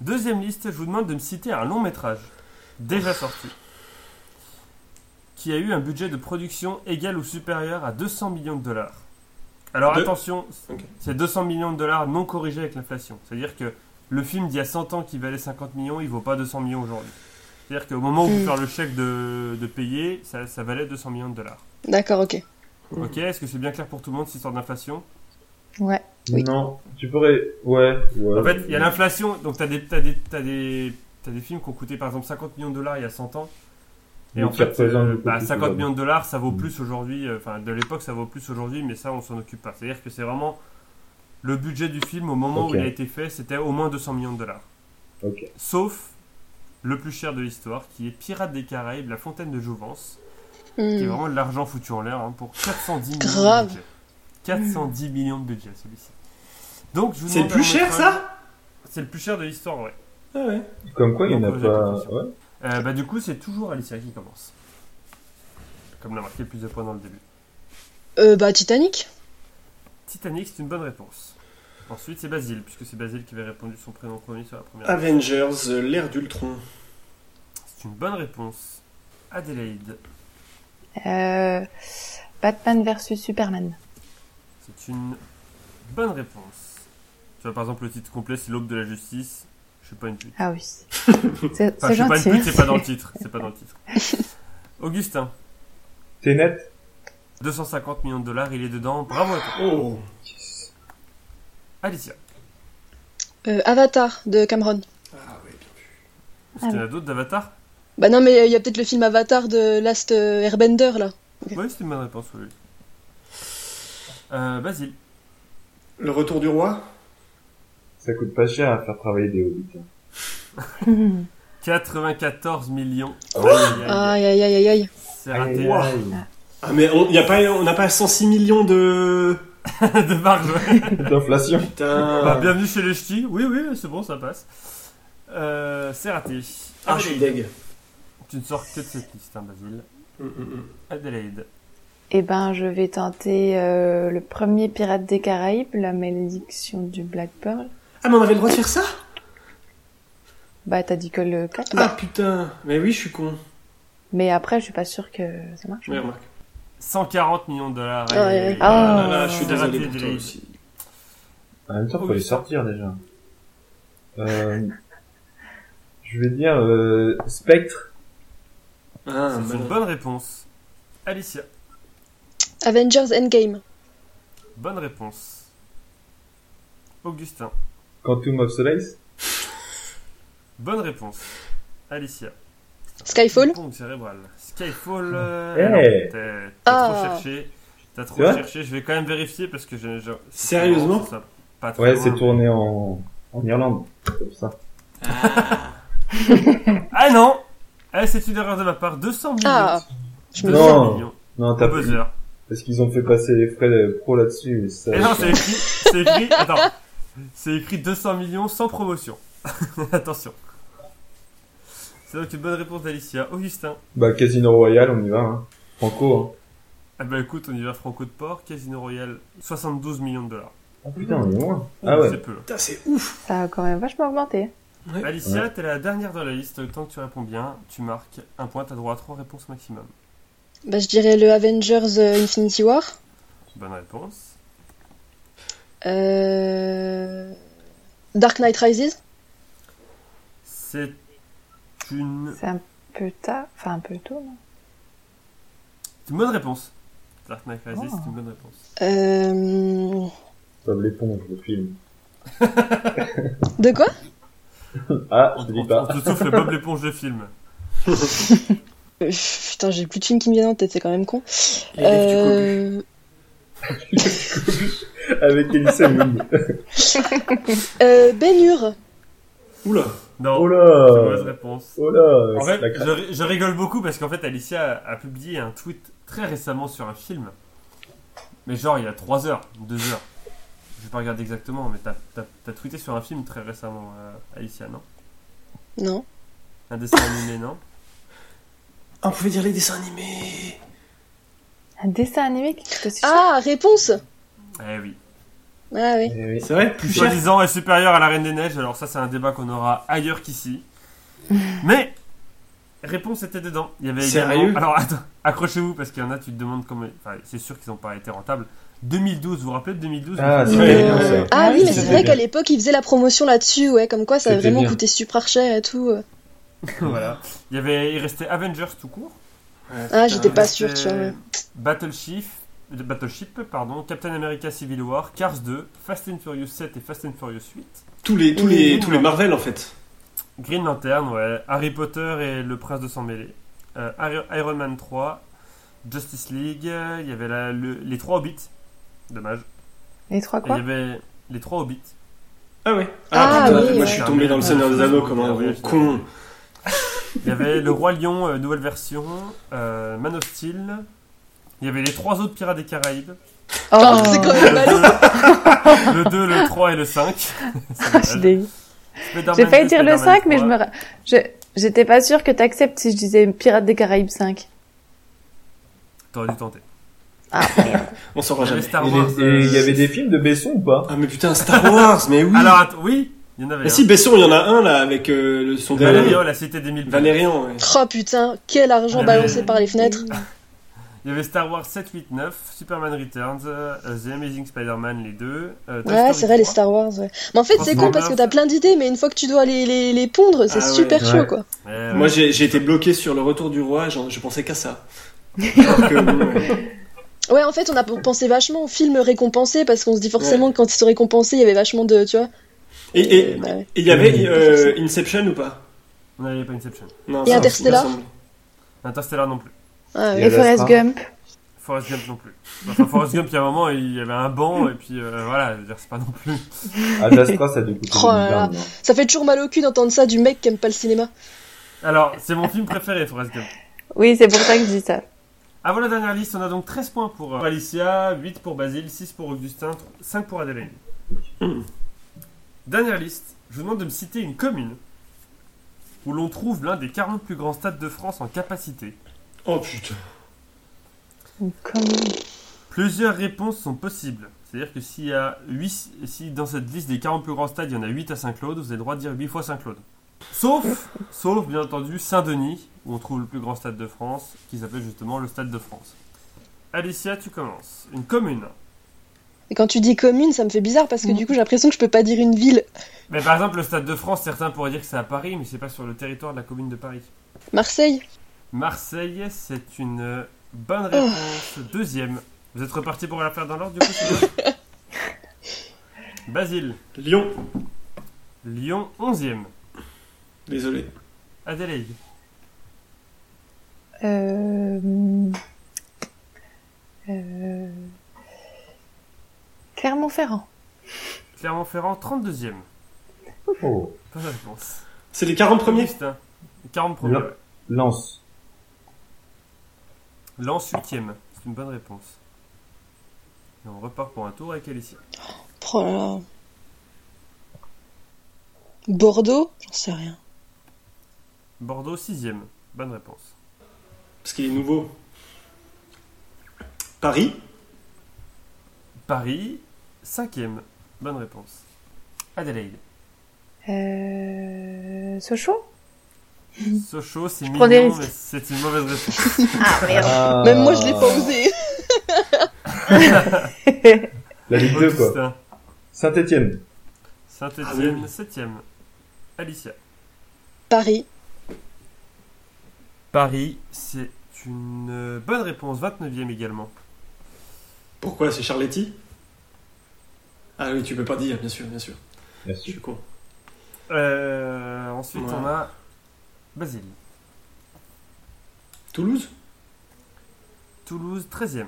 Speaker 2: Deuxième liste, je vous demande de me citer un long métrage, déjà sorti, qui a eu un budget de production égal ou supérieur à 200 millions de dollars. Alors
Speaker 4: De-
Speaker 2: attention,
Speaker 4: Ok.
Speaker 2: c'est 200 millions de dollars non corrigés avec l'inflation. C'est-à-dire que le film d'il y a 100 ans qui valait 50 millions, il vaut pas 200 millions aujourd'hui. C'est-à-dire qu'au moment où vous
Speaker 1: Hmm.
Speaker 2: faire le chèque de, de payer, ça- ça valait 200 millions de dollars.
Speaker 1: D'accord, ok.
Speaker 2: Ok, est-ce que c'est bien clair pour tout le monde cette histoire d'inflation
Speaker 5: Ouais.
Speaker 1: Oui.
Speaker 3: Non, tu pourrais. Ouais, ouais.
Speaker 2: En fait, il y a l'inflation, donc t'as des, t'as des, t'as des, t'as des films qui ont coûté par exemple 50 millions de dollars il y a 100 ans. Et
Speaker 3: Donc,
Speaker 2: en
Speaker 3: ça
Speaker 2: fait,
Speaker 3: représente
Speaker 2: euh,
Speaker 3: beaucoup
Speaker 2: bah,
Speaker 3: plus
Speaker 2: 50 millions
Speaker 3: aujourd'hui.
Speaker 2: de dollars, ça vaut
Speaker 3: Mm.
Speaker 2: plus aujourd'hui, euh, enfin de l'époque, ça vaut plus aujourd'hui, mais ça, on s'en occupe pas. C'est-à-dire que c'est vraiment le budget du film au moment
Speaker 3: Ok.
Speaker 2: où il a été fait, c'était au moins 200 millions de dollars.
Speaker 3: Ok.
Speaker 2: Sauf le plus cher de l'histoire, qui est Pirates des Caraïbes, La Fontaine de Jouvence, qui est
Speaker 1: Hmm.
Speaker 2: vraiment de l'argent foutu en l'air hein, pour 410 millions
Speaker 1: Grave.
Speaker 2: de budget. 410 millions de budget celui-ci. Donc je vous
Speaker 4: C'est le
Speaker 2: demande
Speaker 4: plus
Speaker 2: un
Speaker 4: cher,
Speaker 2: métrage-
Speaker 4: ça
Speaker 2: C'est le plus cher de l'histoire, ouais.
Speaker 4: Ah ouais.
Speaker 3: Comme quoi, il n'y en a
Speaker 2: Donc,
Speaker 3: pas.
Speaker 2: j'ai
Speaker 3: Ouais.
Speaker 2: Euh, bah du coup c'est toujours Alicia qui commence. Comme l'a marqué le plus de points dans le début.
Speaker 1: Euh, bah, Titanic.
Speaker 2: Titanic c'est une bonne réponse. Ensuite c'est Basile, puisque c'est Basile qui avait répondu son prénom premier sur la première.
Speaker 4: Avengers, euh, l'ère d'Ultron.
Speaker 2: C'est une bonne réponse. Adélaïde,
Speaker 5: Euh, Batman versus Superman.
Speaker 2: c'est une bonne réponse. Tu vois par exemple le titre complet c'est l'aube de la justice. Je suis pas une pute.
Speaker 5: Ah oui. C'est
Speaker 2: Enfin
Speaker 5: c'est
Speaker 2: Ah, je suis pas
Speaker 5: gentil.
Speaker 2: une pute, c'est pas dans le
Speaker 5: merci.
Speaker 2: titre. C'est pas dans le titre. Augustin.
Speaker 3: T'es net
Speaker 2: 250 millions de dollars, il est dedans. Bravo à toi.
Speaker 4: Oh.
Speaker 2: Alicia.
Speaker 1: Euh, Avatar de Cameron.
Speaker 4: Ah ouais, bien vu.
Speaker 2: Est-ce qu'il y en a d'autres d'Avatar
Speaker 1: Bah, non, mais il y a peut-être le film Avatar de Last euh, Airbender, là.
Speaker 2: Oui, c'est une bonne réponse, oui. Euh, Basile.
Speaker 4: Le retour du roi
Speaker 3: Ça coûte pas cher à faire travailler des hobbits. hein.
Speaker 2: 94 millions.
Speaker 4: Oh.
Speaker 2: Aïe, aïe, aïe.
Speaker 1: Aïe, aïe, aïe, aïe, Ah. aïe.
Speaker 2: C'est raté
Speaker 4: Aïe, Ah, mais on y a pas- on n'a pas 106 millions de.
Speaker 2: de marge. ouais.
Speaker 3: D'inflation.
Speaker 2: Bah,
Speaker 4: Putain.
Speaker 2: bienvenue chez les ch'tis. Oui, oui, c'est bon, ça passe. Euh, c'est raté.
Speaker 4: Ah, je suis deg.
Speaker 2: Tu ne sors que de cette liste, hein, Basile.
Speaker 4: Mm, mm, mm.
Speaker 2: Adelaide.
Speaker 5: Eh ben, je vais tenter euh, le premier Pirate des Caraïbes, la malédiction du Black Pearl.
Speaker 4: Ah, mais on avait le droit de faire ça
Speaker 5: Bah, t'as dit que le 4.
Speaker 4: Ah putain. Mais oui, je suis con.
Speaker 5: Mais après, je suis pas sûre que ça marche.
Speaker 4: Ouais, remarque.
Speaker 2: 140 millions de dollars.
Speaker 1: Ouais, ouais, ouais.
Speaker 5: Ah.
Speaker 4: Ah là là, je suis
Speaker 2: C'est raté,
Speaker 4: désolé pour toi
Speaker 2: Adelaide.
Speaker 4: aussi.
Speaker 3: Bah, En même temps, faut les sortir déjà. Euh, je vais dire euh, Spectre.
Speaker 4: Ah,
Speaker 2: C'est une
Speaker 4: malin.
Speaker 2: bonne réponse. Alicia,
Speaker 1: Avengers Endgame.
Speaker 2: bonne réponse. Augustin,
Speaker 3: Quantum of Solace.
Speaker 2: bonne réponse. Alicia.
Speaker 1: Skyfall.
Speaker 2: Ping-pong cérébral. Skyfall. euh,
Speaker 3: Eh.
Speaker 2: alors, T'as t'as
Speaker 1: Ah.
Speaker 2: trop cherché. T'as trop
Speaker 3: C'est vrai
Speaker 2: cherché. Je vais quand même vérifier parce que j'ai. j'ai-
Speaker 4: Sérieusement
Speaker 2: ça- pas très
Speaker 3: Ouais,
Speaker 2: loin.
Speaker 3: c'est tourné en, en Irlande. Comme ça.
Speaker 2: Ah non Eh, C'est une erreur de ma part. 200 millions.
Speaker 1: Ah, je me souviens.
Speaker 3: Non.
Speaker 2: 200 millions.
Speaker 3: Non, t'as plus.
Speaker 2: Buzzer.
Speaker 3: Parce qu'ils ont fait passer les frais euh, pro là-dessus. mais ça-
Speaker 2: Et Eh non, c'est écrit. C'est écrit. Attends. C'est écrit 200 millions sans promotion. Attention. C'est donc une bonne réponse d'Alicia. Augustin.
Speaker 3: Bah, Casino Royale, on y va. Hein. Franco.
Speaker 2: Ah bah écoute, on y va franco de port. Casino Royal, 72 millions de dollars.
Speaker 3: Hein. Ah putain, on est loin.
Speaker 2: Ouh,
Speaker 3: Ah ouais.
Speaker 2: C'est peu.
Speaker 4: Putain, c'est ouf.
Speaker 5: Ça a quand même vachement augmenté.
Speaker 2: Alicia, t'es la dernière dans la liste. Tant que tu réponds bien, tu marques un point. T'as droit à trois réponses maximum.
Speaker 1: Bah, je dirais le Avengers euh, Infinity War.
Speaker 2: Bonne réponse.
Speaker 1: Euh... Dark Knight Rises.
Speaker 2: C'est une...
Speaker 5: C'est un peu tard. Enfin, un peu tôt, non
Speaker 2: c'est une bonne réponse. Dark Knight Rises,
Speaker 5: Oh.
Speaker 3: Ah.
Speaker 2: c'est une bonne réponse.
Speaker 1: Euh...
Speaker 3: Comme l'éponge, le film.
Speaker 1: De quoi
Speaker 3: Ah,
Speaker 2: On,
Speaker 3: je te
Speaker 2: on-
Speaker 3: dis pas.
Speaker 2: on te souffle Bob l'éponge de film.
Speaker 1: Euh, Putain, j'ai plus de films qui me viennent en tête, c'est quand même con.
Speaker 4: Les lèvres du cocu.
Speaker 1: Euh...
Speaker 3: Avec Elisa Moon.
Speaker 1: Euh, ben Hur.
Speaker 4: Oula.
Speaker 2: Non,
Speaker 3: Oh
Speaker 2: c'est une mauvaise
Speaker 3: là
Speaker 2: réponse.
Speaker 3: Oh là
Speaker 2: En
Speaker 3: c'est
Speaker 2: fait,
Speaker 3: la
Speaker 2: je, ri- je rigole beaucoup parce qu'en fait, Alicia a, a publié un tweet très récemment sur un film. Mais genre, il y a 3 heures, 2 heures. Je vais pas regarder exactement, mais t'as t'as- t'as tweeté sur un film très récemment, euh, Alicia, non
Speaker 1: Non.
Speaker 2: Un dessin animé, non
Speaker 4: Ah, on pouvait dire les dessins animés.
Speaker 5: Un dessin animé qui te suffit
Speaker 1: Ah, réponse
Speaker 2: Eh oui.
Speaker 1: Ah oui.
Speaker 3: Eh oui.
Speaker 4: C'est vrai Plus cher
Speaker 2: Soi-disant est supérieur à la Reine des Neiges, alors ça c'est un débat qu'on aura ailleurs qu'ici. Mais réponse était dedans. Il y avait également-
Speaker 4: Sérieux
Speaker 2: Alors attends, accrochez-vous parce qu'il y en a, tu te demandes comment. Enfin, c'est sûr qu'ils n'ont pas été rentables. 2012, vous vous rappelez de 2012
Speaker 3: Ah,
Speaker 2: le
Speaker 3: c'est
Speaker 2: film
Speaker 4: Ouais.
Speaker 3: bien ça.
Speaker 1: Ah oui, mais
Speaker 4: C'était
Speaker 1: c'est vrai
Speaker 3: bien.
Speaker 1: qu'à l'époque, ils faisaient la promotion là-dessus, ouais, comme quoi ça a
Speaker 3: C'était
Speaker 1: vraiment
Speaker 3: bien.
Speaker 1: coûté super cher et tout.
Speaker 2: voilà. Il y avait, il restait Avengers tout court.
Speaker 1: Ah, j'étais
Speaker 2: Il
Speaker 1: pas
Speaker 2: restait
Speaker 1: sûre, tu vois. ouais.
Speaker 2: Battleship, euh, Battleship, pardon, Captain America Civil War, Cars 2, Fast and Furious 7 et Fast and Furious 8.
Speaker 4: Tous les, tous les, tous les Marvel en fait.
Speaker 2: Green Lantern, ouais. Harry Potter et le prince de sang mêlé. Euh, Iron- Iron Man 3, Justice League, euh, il y avait la- le- les trois Hobbits. Dommage.
Speaker 5: Les trois
Speaker 2: Et il
Speaker 5: quoi
Speaker 2: y avait les trois Hobbits.
Speaker 4: Ah ouais.
Speaker 1: Ah,
Speaker 4: putain,
Speaker 1: oui,
Speaker 4: moi
Speaker 1: ouais.
Speaker 4: je suis tombé dans le Seigneur des Anneaux comme un gros con.
Speaker 2: Il y avait le Roi Lion, euh, nouvelle version, euh, Man of Steel. Il y avait les trois autres Pirates des Caraïbes.
Speaker 5: Oh.
Speaker 1: Ah, c'est quand
Speaker 2: Le
Speaker 1: même ballot
Speaker 2: 2, le 3 et le 5.
Speaker 5: Ah, Je suis dégueu. J'ai failli dire le 5, mais je me. ra- je- J'étais pas sûre que t'acceptes si je disais Pirates des Caraïbes 5.
Speaker 2: T'aurais dû tenter.
Speaker 4: On saura
Speaker 2: Il y avait
Speaker 4: jamais.
Speaker 2: Star
Speaker 3: Oh, Il
Speaker 2: Wars.
Speaker 3: est- et il y
Speaker 2: euh,
Speaker 3: avait des films de Besson ou pas
Speaker 4: Ah mais putain, Star Wars, mais oui.
Speaker 2: Alors, attends, oui, il y en avait.
Speaker 4: Mais
Speaker 2: un.
Speaker 4: si Besson, il y en a un là avec euh, le son dernier.
Speaker 2: Valérian, la cité des mille planètes.
Speaker 4: Valérian, ouais.
Speaker 1: Oh putain, quel argent
Speaker 4: Ah,
Speaker 2: Mais-
Speaker 1: balancé par les fenêtres.
Speaker 2: Il y avait Star Wars 7, 8, 9, Superman Returns, euh, The Amazing Spider-Man, les deux. euh, Toy
Speaker 1: Ouais,
Speaker 2: Story
Speaker 1: c'est vrai, les
Speaker 2: 3.
Speaker 1: Star Wars, ouais. Mais en fait, c'est con parce que t'as plein d'idées, mais une fois que tu dois les, les, les pondre, c'est
Speaker 4: Ah ouais,
Speaker 1: super chaud,
Speaker 3: ouais.
Speaker 1: quoi.
Speaker 2: Euh,
Speaker 4: Moi j'ai j'ai été bloqué sur le retour du roi, j'en- je pensais qu'à ça. Alors que, bon, ouais.
Speaker 1: Ouais, en fait, on a pensé vachement aux films récompensés parce qu'on se dit forcément que quand ils sont récompensés, il y avait vachement de, tu vois.
Speaker 4: Et et- et
Speaker 1: Euh, bah ouais.
Speaker 4: il y avait euh, Inception ou pas
Speaker 2: Non, il n'y a pas Inception.
Speaker 4: Non,
Speaker 1: Et
Speaker 4: ça,
Speaker 1: Interstellar
Speaker 4: il me semble.
Speaker 2: Interstellar non plus.
Speaker 1: Ah, ouais.
Speaker 5: Et
Speaker 3: Yadastra.
Speaker 5: Forrest Gump.
Speaker 2: Forrest Gump non plus. Enfin, Forrest Gump, il y a un moment, il y avait un banc, et puis euh, voilà, je veux dire, c'est pas non plus.
Speaker 3: Ah, Jastra, ça a dû coûter
Speaker 1: Oh là là.
Speaker 3: 1000 balles, hein.
Speaker 1: Ça fait toujours mal au cul d'entendre ça du mec qui aime pas le cinéma.
Speaker 2: Alors, c'est mon film préféré, Forrest Gump.
Speaker 5: Oui, c'est pour ça que je dis ça.
Speaker 2: Avant la dernière liste, on a donc 13 points pour euh, Alicia, 8 pour Basile, 6 pour Augustin, 5 pour Adélaïde. dernière liste, je vous demande de me citer une commune où l'on trouve l'un des 40 plus grands stades de France en capacité.
Speaker 4: Oh putain.
Speaker 5: Comme...
Speaker 2: Plusieurs réponses sont possibles. C'est-à-dire que s'il y a 8, si dans cette liste des 40 plus grands stades, il y en a 8 à Saint-Claude, vous avez le droit de dire 8 fois Saint-Claude. Sauf, sauf bien entendu, Saint-Denis, où on trouve le plus grand stade de France, qui s'appelle justement le Stade de France. Alicia, tu commences. Une commune.
Speaker 1: Et quand tu dis commune, ça me fait bizarre parce que
Speaker 4: Mm.
Speaker 1: du coup, j'ai l'impression que je peux pas dire une ville.
Speaker 2: Mais par exemple, le Stade de France, certains pourraient dire que c'est à Paris, mais c'est pas sur le territoire de la commune de Paris.
Speaker 1: Marseille
Speaker 2: Marseille, c'est une euh, bonne réponse. Deuxième. Vous êtes reparti pour la faire dans l'ordre, du coup c'est bon Basile,
Speaker 4: Lyon.
Speaker 2: Lyon, onzième.
Speaker 4: Désolé.
Speaker 2: Adélaïde,
Speaker 5: Euh... euh, Clermont-Ferrand.
Speaker 2: Clermont-Ferrand, 32e.
Speaker 3: Oh.
Speaker 2: Pas de réponse.
Speaker 4: C'est les 40 premiers.
Speaker 2: Augustin, 40 premiers.
Speaker 3: Non. Lance.
Speaker 2: Lens, 8e. C'est une bonne réponse. Et on repart pour un tour avec Alicia.
Speaker 1: Oh là là. Bordeaux J'en sais rien.
Speaker 2: Bordeaux, 6e. Bonne réponse.
Speaker 4: Parce qu'il est nouveau. Paris.
Speaker 2: Paris, 5e. Bonne réponse. Adélaïde,
Speaker 5: Euh... Sochaux
Speaker 2: Sochaux, c'est
Speaker 5: prends
Speaker 2: mignon,
Speaker 5: des
Speaker 2: mais
Speaker 5: risques.
Speaker 2: c'est une mauvaise réponse.
Speaker 3: Ah.
Speaker 1: Même moi, je l'ai pas osé.
Speaker 3: La Ligue 2, quoi.
Speaker 2: Augustin,
Speaker 3: Saint-Etienne.
Speaker 2: Saint-Etienne,
Speaker 4: Ah oui.
Speaker 2: 7e. Alicia.
Speaker 1: Paris.
Speaker 2: Paris, c'est une euh, bonne réponse, 29e également.
Speaker 4: Pourquoi c'est Charletti Ah oui, tu peux pas dire, bien sûr, bien sûr.
Speaker 3: Bien
Speaker 4: Je
Speaker 3: sûr.
Speaker 4: suis con.
Speaker 2: Euh, ensuite,
Speaker 4: Ouais.
Speaker 2: on a Basile.
Speaker 4: Toulouse
Speaker 2: Toulouse, 13e.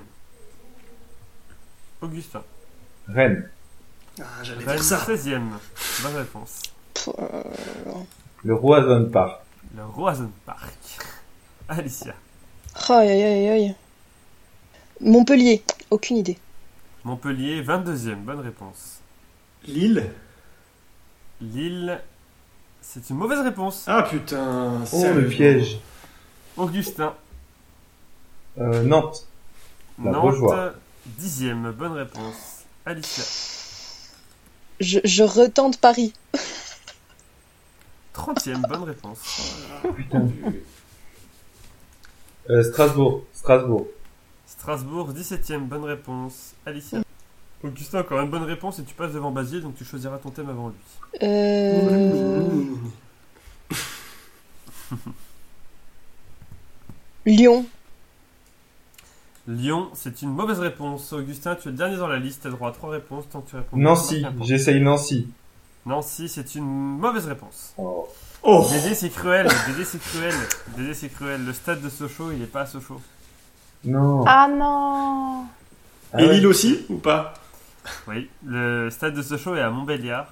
Speaker 2: Augustin.
Speaker 3: Rennes.
Speaker 4: Ah, j'allais
Speaker 2: Rennes,
Speaker 4: dire ça.
Speaker 2: 16e. Bonne réponse.
Speaker 1: Pff, euh,
Speaker 3: Le Roazhon Park.
Speaker 2: Le Roison Park. Alicia.
Speaker 1: Aïe aïe aïe aïe. Montpellier, aucune idée.
Speaker 2: Montpellier, 22e. Bonne réponse.
Speaker 4: Lille
Speaker 2: Lille, c'est une mauvaise réponse.
Speaker 4: Ah putain,
Speaker 3: Oh, le
Speaker 4: sérieusement.
Speaker 3: piège.
Speaker 2: Augustin.
Speaker 3: Euh, Nantes. La Beaujoire.
Speaker 2: Nantes, 10e. Bonne réponse. Alicia.
Speaker 1: Je, je retente Paris.
Speaker 2: 30e. Bonne réponse.
Speaker 3: Putain. Euh, Strasbourg. Strasbourg.
Speaker 2: Strasbourg, 17e. Bonne réponse. Alicia. Augustin, encore une bonne réponse et tu passes devant Basile, donc tu choisiras ton thème avant lui.
Speaker 1: Euh,
Speaker 4: Mmh.
Speaker 1: Lyon.
Speaker 2: Lyon, c'est une mauvaise réponse. Augustin, tu es le dernier dans la liste, t'as droit à trois réponses tant que tu réponds.
Speaker 3: Nancy.
Speaker 2: bien.
Speaker 3: J'essaye Nancy.
Speaker 2: Nancy, c'est une mauvaise réponse.
Speaker 3: Oh.
Speaker 4: Oh
Speaker 2: Dédé, c'est cruel. Dédé, c'est cruel. Dédé, c'est cruel. Le stade de Sochaux, il est pas à Sochaux.
Speaker 3: Non.
Speaker 5: Ah non
Speaker 3: Ah
Speaker 4: Et
Speaker 3: ouais.
Speaker 4: Lille aussi ou pas
Speaker 2: Oui, le stade de Sochaux est à Montbéliard.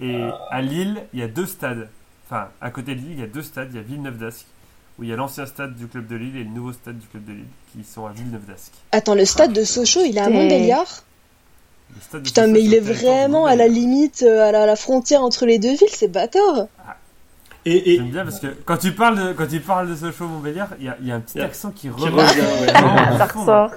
Speaker 2: Et à Lille, il y a deux stades. Enfin, à côté de Lille, il y a deux stades. Il y a Villeneuve d'Ascq, où il y a l'ancien stade du club de Lille et le nouveau stade du club de Lille, qui sont à Villeneuve d'Ascq.
Speaker 1: Attends, le stade de Sochaux, il est à
Speaker 5: Putain.
Speaker 1: Montbéliard
Speaker 2: Le stade de
Speaker 1: Putain,
Speaker 2: Sochaux,
Speaker 1: mais
Speaker 2: c'est
Speaker 1: il est
Speaker 2: le territoire de
Speaker 1: vraiment à la
Speaker 2: Montbéliard.
Speaker 1: limite, euh, à la, à la frontière entre les deux villes, c'est bâtard.
Speaker 4: Et, et...
Speaker 2: J'aime bien parce que quand tu parles de, quand tu parles de Sochaux Montbéliard, il y a, il y a un petit
Speaker 4: Yeah.
Speaker 2: accent qui
Speaker 4: Qui
Speaker 2: revient.
Speaker 4: revient, ouais.
Speaker 2: Ah,
Speaker 5: Ça ressort.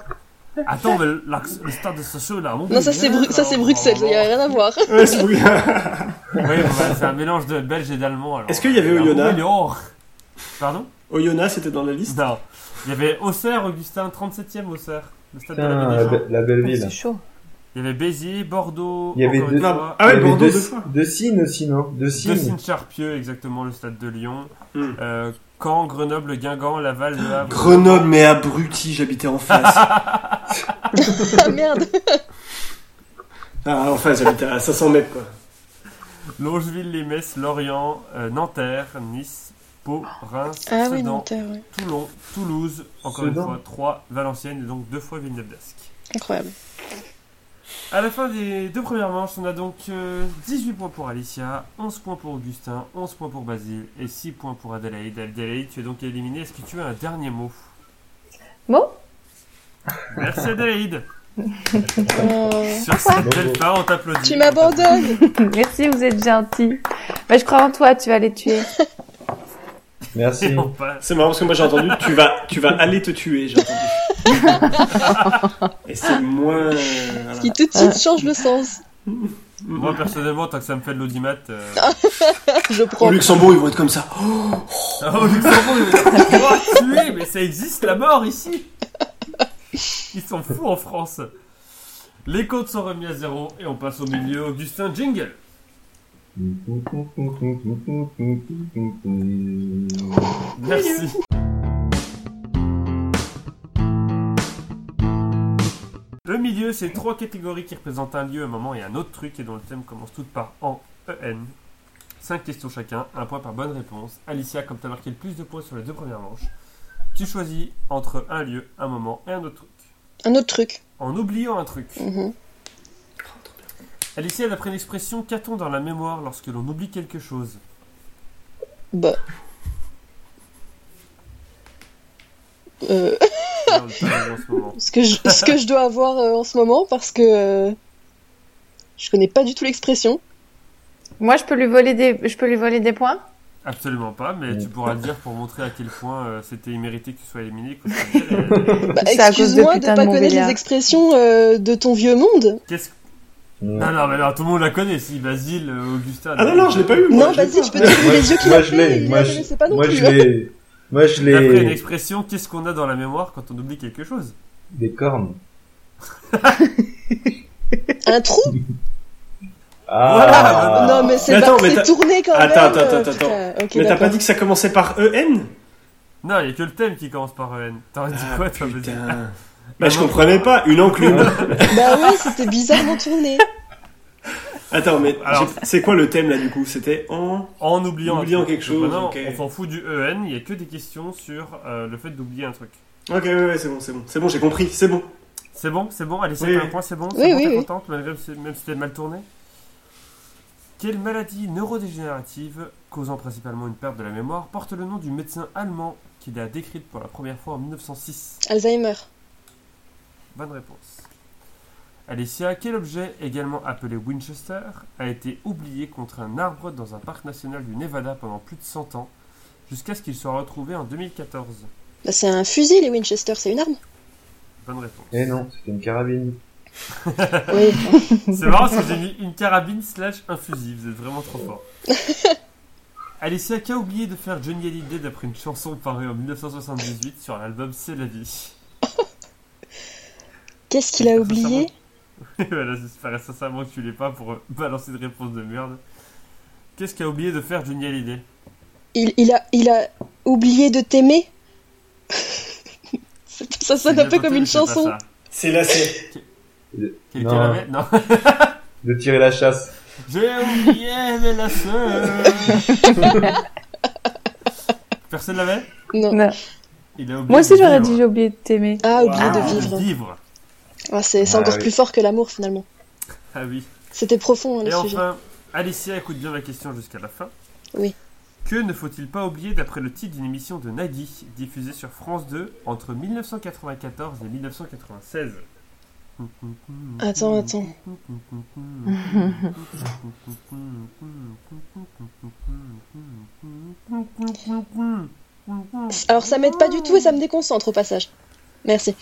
Speaker 2: Attends, mais l'ac- le stade de Sochaux là, à
Speaker 1: Non,
Speaker 2: Montbéliard.
Speaker 1: ça c'est Bru- ça, c'est Bruxelles, ça y a rien à voir.
Speaker 4: Ouais, c'est pour-
Speaker 2: Oui, bah, c'est un mélange de belge et d'allemand. alors.
Speaker 4: Est-ce qu'il y avait
Speaker 2: À
Speaker 4: Oyonnax
Speaker 2: Montbéliard. Pardon
Speaker 4: Oyonnax Oh, c'était dans la liste
Speaker 2: Non. Il y avait Auxerre, Augustin, 37ème Auxerre. Le stade de la
Speaker 3: Putain, bah, la,
Speaker 2: Médina.
Speaker 3: be- la belle
Speaker 5: Oh,
Speaker 3: ville.
Speaker 5: C'est chaud.
Speaker 2: Il y avait Béziers, Bordeaux.
Speaker 3: Il y avait
Speaker 2: encore une
Speaker 3: deux-
Speaker 2: fois.
Speaker 4: Ah ouais,
Speaker 3: Il y avait
Speaker 4: Bordeaux
Speaker 3: deux,
Speaker 4: deux fois.
Speaker 3: deux signes aussi, non Deux
Speaker 2: Deux
Speaker 3: signes.
Speaker 2: signes Charpieux, exactement, le stade de Lyon.
Speaker 4: Hmm.
Speaker 2: Euh, Caen, Grenoble, Guingamp, Laval, Le Havre.
Speaker 4: Grenoble, mais abruti, j'habitais en face.
Speaker 1: Ah merde
Speaker 4: ah, en face, j'habitais à 500 mètres, quoi.
Speaker 2: Longeville, les Metz, Lorient, euh, Nanterre, Nice, Pau, Reims,
Speaker 1: Ah oui,
Speaker 2: Sedan,
Speaker 1: Nanterre, ouais.
Speaker 2: Toulon, Toulouse, encore une
Speaker 3: Sedan.
Speaker 2: fois Troyes, Valenciennes et donc deux fois Villeneuve d'Ascq.
Speaker 1: Incroyable.
Speaker 2: À la fin des deux premières manches, on a donc euh, 18 points pour Alicia, 11 points pour Augustin, 11 points pour Basile et 6 points pour Adélaïde. Adélaïde, tu es donc éliminée. Est-ce que tu as un dernier mot
Speaker 5: Bon,
Speaker 2: Merci Adélaïde
Speaker 1: Oh,
Speaker 2: Sur cette belle fin, on t'applaudit.
Speaker 1: tu m'abandonnes
Speaker 5: merci, vous êtes gentil. Mais je crois en toi, tu vas les tuer.
Speaker 3: Merci.
Speaker 2: Et on passe.
Speaker 4: C'est marrant parce que moi j'ai entendu tu vas, tu vas aller te tuer, j'ai entendu. Et c'est moins. euh, voilà.
Speaker 1: qui tout de suite change le sens.
Speaker 2: Moi personnellement, tant que ça me fait de l'audimat. euh,
Speaker 1: Oh. Je
Speaker 4: Au
Speaker 1: prends.
Speaker 4: Luxembourg, ils vont être comme ça. Oh,
Speaker 2: Ah, au Luxembourg, ils vont pouvoir tuer, mais ça existe la mort ici Ils sont fous en France Les comptes sont remis à zéro et on passe au milieu. Augustin, jingle Merci Le milieu, c'est trois catégories qui représentent un lieu, un moment et un autre truc et dont le thème commence toutes par en EN. Cinq questions chacun, un point par bonne réponse. Alicia, comme tu as marqué le plus de points sur les deux premières manches, tu choisis entre un lieu, un moment et un autre truc.
Speaker 1: Un autre truc.
Speaker 2: En oubliant un truc.
Speaker 1: Mhm.
Speaker 2: Alicia, d'après l'expression qu'a-t-on dans la mémoire lorsque l'on oublie quelque chose
Speaker 1: Bah. Euh,
Speaker 2: Non, le temps en ce moment.
Speaker 1: ce, que je, ce que je dois avoir euh, en ce moment parce que euh, je connais pas du tout l'expression.
Speaker 5: Moi, je peux lui voler des, je peux lui voler des points.
Speaker 2: Absolument pas, mais
Speaker 4: Euh,
Speaker 2: tu pourras le dire pour montrer à quel point euh, c'était immérité que tu sois éliminé. quoi.
Speaker 1: Bah,
Speaker 5: C'est à cause de
Speaker 1: excuse-moi de
Speaker 5: putain
Speaker 1: pas
Speaker 5: de
Speaker 1: connaître
Speaker 5: Montbéliard.
Speaker 1: les expressions euh, de ton vieux monde.
Speaker 2: Qu'est-ce que...
Speaker 3: Moi,
Speaker 2: Non, non, mais alors tout le monde la connaît, si Basile, euh, Augustin...
Speaker 4: Ah non, non, je l'ai pas eu. moi,
Speaker 1: non,
Speaker 4: je l'ai
Speaker 1: vas-y,
Speaker 4: pas.
Speaker 1: je peux te dire les yeux qui
Speaker 3: moi,
Speaker 1: l'ont
Speaker 3: je l'ai.
Speaker 1: fait.
Speaker 3: Moi,
Speaker 1: je sais pas
Speaker 3: je
Speaker 1: non
Speaker 3: moi,
Speaker 1: plus. hein.
Speaker 3: je l'ai. Moi, je
Speaker 2: D'après une
Speaker 3: l'ai.
Speaker 2: expression, qu'est-ce qu'on a dans la mémoire quand on oublie quelque chose
Speaker 3: Des cornes.
Speaker 1: Un trou
Speaker 3: Ah.
Speaker 1: Non, mais c'est
Speaker 4: Mais attends,
Speaker 1: pas-
Speaker 4: mais
Speaker 1: c'est
Speaker 4: t'as-
Speaker 1: tourné quand même.
Speaker 4: Attends, attends,
Speaker 1: euh,
Speaker 4: attends,
Speaker 1: putain. Ok,
Speaker 4: Mais t'as
Speaker 1: d'accord.
Speaker 4: pas dit que ça commençait par E EN
Speaker 2: Non, il y a que le thème qui commence par EN. T'aurais dit quoi, toi, Basile
Speaker 4: Ah, Putain. Bah je comprenais pas, une enclume.
Speaker 1: Bah ouais, c'était bizarrement tourné.
Speaker 4: Attends, mais
Speaker 2: Alors-
Speaker 4: j'ai- c'est quoi le thème là du coup C'était en.
Speaker 2: En oubliant, un
Speaker 4: Oubliant
Speaker 2: truc.
Speaker 4: quelque chose,
Speaker 2: Maintenant,
Speaker 4: ok.
Speaker 2: on s'en fout du EN, il y a que des questions sur euh, le fait d'oublier un truc.
Speaker 4: Ok, ouais, ouais, c'est bon, c'est bon, c'est bon, j'ai compris, c'est bon.
Speaker 2: C'est bon, c'est bon, allez, c'est
Speaker 4: Oui,
Speaker 2: un
Speaker 4: oui.
Speaker 2: point, c'est bon, c'est
Speaker 1: Oui,
Speaker 2: bon,
Speaker 1: oui,
Speaker 2: t'es
Speaker 1: oui.
Speaker 2: contente, malgré si- même si t'es mal tourné. Quelle maladie neurodégénérative, causant principalement une perte de la mémoire, porte le nom du médecin allemand qui l'a décrite pour la première fois en 1906
Speaker 1: Alzheimer.
Speaker 2: Bonne réponse. Alessia, quel objet, également appelé Winchester, a été oublié contre un arbre dans un parc national du Nevada pendant plus de 100 ans, jusqu'à ce qu'il soit retrouvé en 2014
Speaker 1: Bah, c'est un fusil, les Winchester, c'est une arme.
Speaker 2: Bonne réponse.
Speaker 3: Eh non, c'était une carabine.
Speaker 1: Oui.
Speaker 2: C'est marrant parce que j'ai mis une carabine slash un fusil, vous êtes vraiment trop fort. Alicia qui a oublié de faire Johnny Hallyday d'après une chanson parue en 1978 sur l'album C'est la vie.
Speaker 1: Qu'est-ce qu'il a oublié
Speaker 2: voilà, j'espère sincèrement que tu l'es pas pour euh, balancer une réponse de merde. Qu'est-ce qu'a oublié de faire Johnny Hallyday
Speaker 1: il, il, a, il a oublié de t'aimer C'est- Ça sonne un peu comme une
Speaker 2: C'est pas
Speaker 1: chanson.
Speaker 2: ça.
Speaker 4: C'est là, c'est.
Speaker 2: Quelqu'un
Speaker 3: Non.
Speaker 2: l'avait Non.
Speaker 3: De tirer la chasse.
Speaker 2: J'ai oublié mais la sœur. Personne l'avait
Speaker 4: Oh.
Speaker 1: Non.
Speaker 5: Non.
Speaker 2: Il a oublié
Speaker 5: Moi aussi,
Speaker 2: de
Speaker 5: j'aurais
Speaker 2: vivre.
Speaker 5: dit j'ai oublié de t'aimer.
Speaker 1: Ah, oublié
Speaker 4: Ah,
Speaker 1: de vivre.
Speaker 2: Vivre.
Speaker 1: Ah, c'est c'est
Speaker 3: Ah,
Speaker 1: encore
Speaker 3: oui.
Speaker 1: plus fort que l'amour finalement.
Speaker 2: Ah oui.
Speaker 1: C'était profond hein, le
Speaker 2: Et
Speaker 1: sujet.
Speaker 2: enfin, Alicia écoute bien la question jusqu'à la fin.
Speaker 1: Oui.
Speaker 2: Que ne faut-il pas oublier d'après le titre d'une émission de Nagui, diffusée sur France 2 entre 1994 et 1996
Speaker 1: Attends, attends. Alors ça m'aide pas du tout et ça me déconcentre au passage. Merci.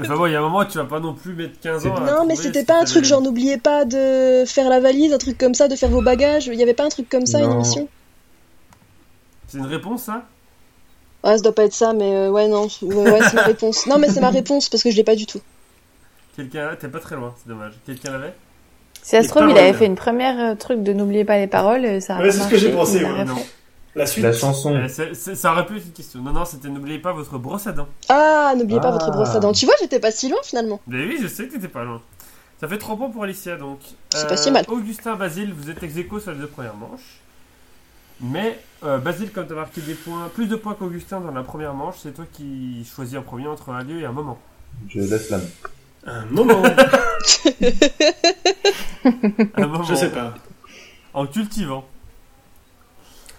Speaker 2: Enfin bon, il y a un moment, tu vas pas non plus mettre 15 ans. à
Speaker 1: non mais
Speaker 2: trouver
Speaker 1: c'était
Speaker 2: si
Speaker 1: pas un
Speaker 2: t'avais-
Speaker 1: truc genre n'oubliez pas de faire la valise, un truc comme ça, de faire vos bagages. Il y avait pas un truc comme ça, une
Speaker 3: Non.
Speaker 1: émission
Speaker 2: C'est une réponse, hein
Speaker 1: Ouais, ça doit pas être ça, mais euh, ouais, non. Ouais, ouais, c'est ma réponse. Non mais c'est ma réponse parce que je l'ai pas du tout.
Speaker 2: Quelqu'un, t'es pas très loin, c'est dommage. Quelqu'un l'avait
Speaker 5: Si ça
Speaker 4: Les
Speaker 5: se trouve, il
Speaker 4: paroles.
Speaker 5: avait fait une première euh, truc de n'oubliez pas les paroles, euh, ça a
Speaker 4: Ouais, c'est ce que j'ai
Speaker 5: marché,
Speaker 4: pensé,
Speaker 5: il a
Speaker 4: ouais,
Speaker 5: refait.
Speaker 2: non.
Speaker 4: La suite.
Speaker 3: La chanson.
Speaker 2: Euh, c'est- c'est- ça aurait pu être une question. Non, non, c'était n'oubliez pas votre brosse à dents.
Speaker 1: Ah, n'oubliez pas votre
Speaker 3: Ah.
Speaker 1: brosse à dents. Tu vois, j'étais pas si loin finalement.
Speaker 2: Mais oui, je sais que t'étais pas loin. Ça fait 3 points pour Alicia donc. euh,
Speaker 1: C'est pas si mal.
Speaker 2: Augustin, Basile, vous êtes ex aequo sur les deux premières manches. Mais euh, Basile, comme tu as marqué des points, plus de points qu'Augustin dans la première manche, c'est toi qui choisis en premier entre un lieu et un moment.
Speaker 3: Je laisse la main.
Speaker 4: Un moment
Speaker 2: Un moment.
Speaker 4: Je sais pas.
Speaker 2: En cultivant.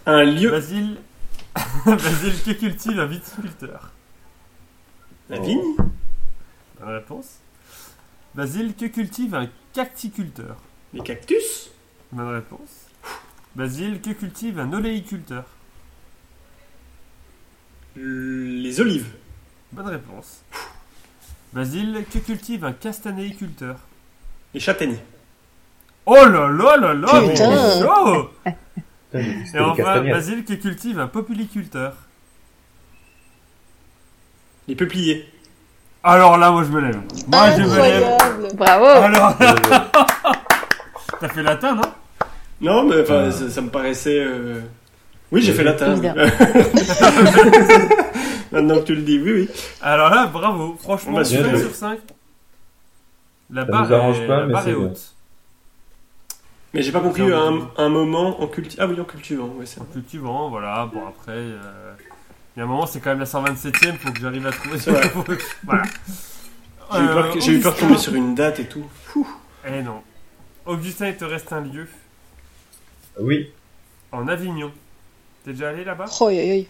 Speaker 4: Un lieu.
Speaker 2: Basile, Basile que cultive un viticulteur
Speaker 4: La vigne
Speaker 2: Bonne réponse. Basile, que cultive un cacticulteur
Speaker 4: Les cactus
Speaker 2: Bonne réponse. Basile, que cultive un oléiculteur
Speaker 4: Les olives.
Speaker 2: Bonne réponse. Basile, que cultive un castanéiculteur
Speaker 4: Les châtaigniers.
Speaker 2: Oh là là là là, mais
Speaker 1: Putain.
Speaker 2: c'est chaud
Speaker 3: Putain, j'ai dit que
Speaker 2: Et
Speaker 3: c'était des
Speaker 2: enfin,
Speaker 3: castagnettes.
Speaker 2: Basile, que cultive un populiculteur
Speaker 4: Les peupliers.
Speaker 2: Alors là, moi je me lève. Moi je me lève.
Speaker 1: Incroyable
Speaker 4: Ah,
Speaker 5: Bravo.
Speaker 2: Alors,
Speaker 3: Euh,
Speaker 2: t'as fait hein latin, non
Speaker 4: Non, mais enfin,
Speaker 3: Euh.
Speaker 4: ça, ça me paraissait. euh, Oui, j'ai fait latin. oui. Maintenant que tu le dis, oui, oui.
Speaker 2: Alors là, bravo. Franchement,
Speaker 4: On va se
Speaker 2: 5
Speaker 4: lever.
Speaker 2: sur 5. La
Speaker 3: Bah, Ça
Speaker 2: barre,
Speaker 3: nous arrange
Speaker 2: est,
Speaker 3: pas,
Speaker 2: la
Speaker 3: mais
Speaker 2: barre
Speaker 3: c'est
Speaker 2: est
Speaker 3: bien.
Speaker 2: haute.
Speaker 4: Mais j'ai pas compris
Speaker 2: Bien,
Speaker 4: un,
Speaker 2: bien.
Speaker 4: un moment en cultivant. Ah oui, en cultivant, ouais, c'est
Speaker 2: En cultivant, voilà. Bon, après, euh, il y a un moment, c'est quand même la 127ème. Faut que j'arrive à trouver
Speaker 4: C'est vrai.
Speaker 2: Faut que- voilà.
Speaker 4: J'ai eu peur, que- j'ai eu peur de tomber sur une date et tout.
Speaker 2: Eh non. Augustin, il te reste un lieu.
Speaker 3: Euh, Oui.
Speaker 2: En Avignon. T'es déjà allé là-bas
Speaker 1: Oh, oui, oui.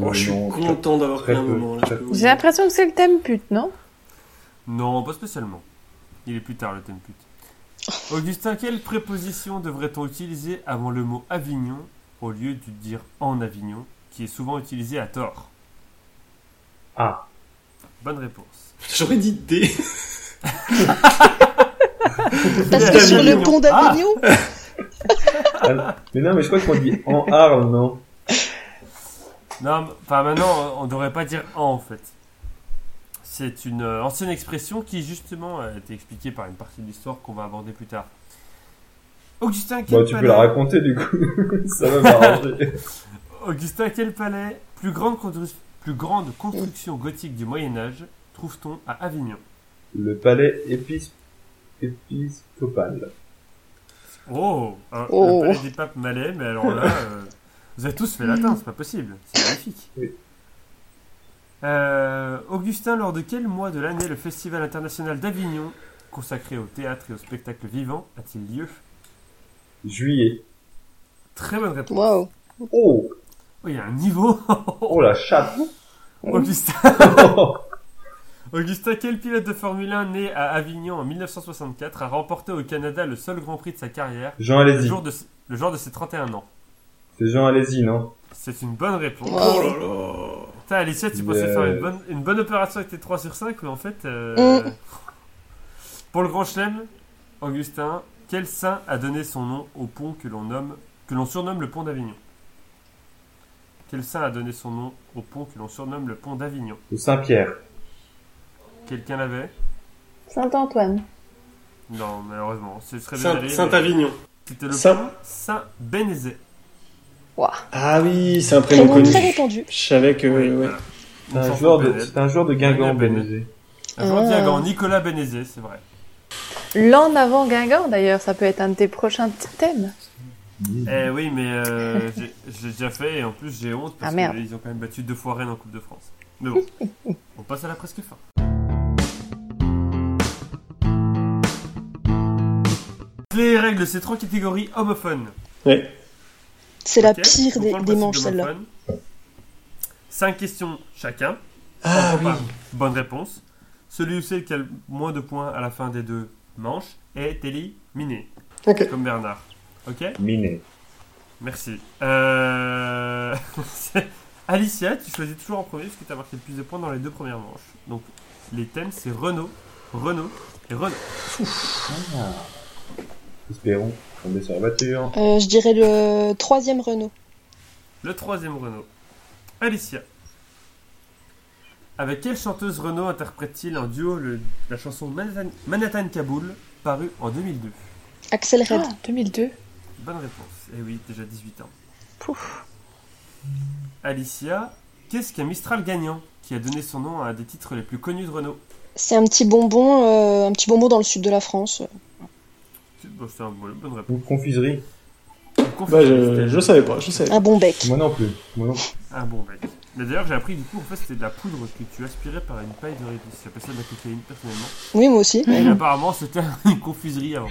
Speaker 4: Oh, je suis
Speaker 3: Non, non,
Speaker 4: content d'avoir
Speaker 3: très
Speaker 4: pris un
Speaker 3: peu,
Speaker 4: moment là.
Speaker 3: très
Speaker 4: je peux
Speaker 3: peu.
Speaker 4: vous
Speaker 5: J'ai
Speaker 4: dire.
Speaker 5: l'impression que c'est le thème pute, non
Speaker 2: Non, pas spécialement. Il est plus tard, le thème pute. Augustin, quelle préposition devrait-on utiliser avant le mot Avignon au lieu de dire en Avignon, qui est souvent utilisé à tort
Speaker 3: Ah.
Speaker 2: Bonne réponse.
Speaker 4: J'aurais dit D.
Speaker 1: Parce que sur le pont d'Avignon,
Speaker 3: Ah, Mais non, mais je crois qu'on dit en Arles, non
Speaker 2: Non, mais- enfin maintenant, on ne devrait pas dire en en fait. C'est une euh, ancienne expression qui justement a été expliquée par une partie de l'histoire qu'on va aborder plus tard. Augustin, quel
Speaker 3: Bon, Bah, tu peux
Speaker 2: palais-
Speaker 3: la raconter du coup. Ça va m'arranger.
Speaker 2: Augustin, quel palais, plus grande, constru- plus grande construction gothique du Moyen-Âge, trouve-t-on à Avignon
Speaker 3: Le palais épis... épiscopal.
Speaker 2: Oh, un-
Speaker 1: Oh.
Speaker 2: Le palais des papes malais, mais alors là, euh, vous avez tous fait latin, c'est pas possible, c'est magnifique.
Speaker 3: Oui.
Speaker 2: Euh, Augustin, lors de quel mois de l'année le Festival international d'Avignon, consacré au théâtre et au spectacle vivant, a-t-il lieu
Speaker 3: Juillet.
Speaker 2: Très bonne réponse.
Speaker 1: waouh
Speaker 3: Oh
Speaker 2: Oh, il y a un niveau
Speaker 3: Oh la chatte
Speaker 2: Augustin,
Speaker 3: Oh.
Speaker 2: Augustin, quel pilote de Formule 1 né à Avignon en 1964 a remporté au Canada le seul Grand Prix de sa carrière
Speaker 3: Jean
Speaker 2: le
Speaker 3: Alési.
Speaker 2: jour de, le jour de ses 31 ans
Speaker 3: C'est Jean Alési, non
Speaker 2: C'est une bonne réponse.
Speaker 1: Wow.
Speaker 4: Oh là là.
Speaker 2: Putain, Alicia, tu pensais
Speaker 3: Yeah.
Speaker 2: faire une bonne, une bonne opération avec tes 3 sur 5, mais en fait. euh,
Speaker 1: Mm.
Speaker 2: Pour le grand chelem, Augustin, quel saint a donné son nom au pont que l'on nomme que l'on surnomme le pont d'Avignon Quel saint a donné son nom au pont que l'on surnomme le pont d'Avignon
Speaker 3: De Saint-Pierre.
Speaker 2: Quelqu'un l'avait
Speaker 5: Saint-Antoine.
Speaker 2: Non, malheureusement. Ce serait bien
Speaker 4: Saint-
Speaker 2: allé, mais
Speaker 4: Saint-Avignon.
Speaker 2: C'était le
Speaker 4: Saint-
Speaker 2: pont Saint-Bénézet.
Speaker 5: Ouah.
Speaker 4: Ah oui, c'est un prénom
Speaker 1: Prénom
Speaker 4: connu.
Speaker 1: très répandu.
Speaker 4: Je savais que.
Speaker 2: Oui,
Speaker 4: ouais.
Speaker 2: voilà.
Speaker 3: C'est un
Speaker 2: Donc,
Speaker 3: joueur de,
Speaker 2: Saint-Bénézet.
Speaker 3: c'est un joueur de Guingamp,
Speaker 2: Guingamp, Bénézet.
Speaker 3: Bénézet.
Speaker 2: Un joueur de
Speaker 1: Ah.
Speaker 2: Guingamp, Nicolas Bénézet, c'est vrai.
Speaker 5: L'an avant Guingamp, d'ailleurs, ça peut être un de tes prochains petits thèmes.
Speaker 2: Eh oui, mais euh, j'ai- j'ai déjà fait et en plus j'ai honte parce
Speaker 5: Ah, merde.
Speaker 2: qu'ils ont quand même battu deux fois Rennes en Coupe de France. Mais bon, on passe à la presque fin. Les règles, de ces trois catégories homophones.
Speaker 4: Ouais.
Speaker 1: C'est la
Speaker 2: ok
Speaker 1: pire
Speaker 2: Donc,
Speaker 1: des,
Speaker 2: on le
Speaker 1: des
Speaker 2: passe
Speaker 1: manches,
Speaker 2: aux
Speaker 1: celle-là.
Speaker 2: homophones. Cinq questions chacun.
Speaker 4: Ah
Speaker 2: Enfin, Bonne réponse. Celui ou celle qui a le moins de points à la fin des deux manches est éliminé.
Speaker 4: Ok.
Speaker 2: Comme Bernard. Ok
Speaker 3: Miné.
Speaker 2: Merci. Euh... c'est- Alicia, tu choisis toujours en premier parce que tu as marqué le plus de points dans les deux premières manches. Donc les thèmes c'est Renault, Renault et Renault.
Speaker 3: Espérons tomber sur la voiture.
Speaker 1: Euh, je dirais le troisième Renault.
Speaker 2: Le troisième Renault. Alicia. Avec quelle chanteuse Renault interprète-t-il en duo le- la chanson Manhattan, Manhattan Kaboul parue en 2002
Speaker 1: Axel Red.
Speaker 5: Ah, 2002.
Speaker 2: Bonne réponse. Eh oui, déjà 18 ans.
Speaker 5: Pouf.
Speaker 2: Alicia, qu'est-ce qu'un Mistral gagnant qui a donné son nom à un des titres les plus connus de Renault
Speaker 1: C'est un petit bonbon, euh, un petit bonbon dans le sud de la France.
Speaker 2: C'est bon, c'est un bon- bonne réponse.
Speaker 3: Une confiserie.
Speaker 4: Bah, je, je savais pas, je savais.
Speaker 1: Un bon bec.
Speaker 3: Moi non plus. Moi non plus.
Speaker 2: Ah bon, mec. Mais d'ailleurs, j'ai appris du coup, en fait, c'était de la poudre que tu aspirais par une paille de réglisse. J'appelle ça de la cocaïne personnellement.
Speaker 1: Oui, moi aussi.
Speaker 2: Et apparemment, c'était une confuserie avant.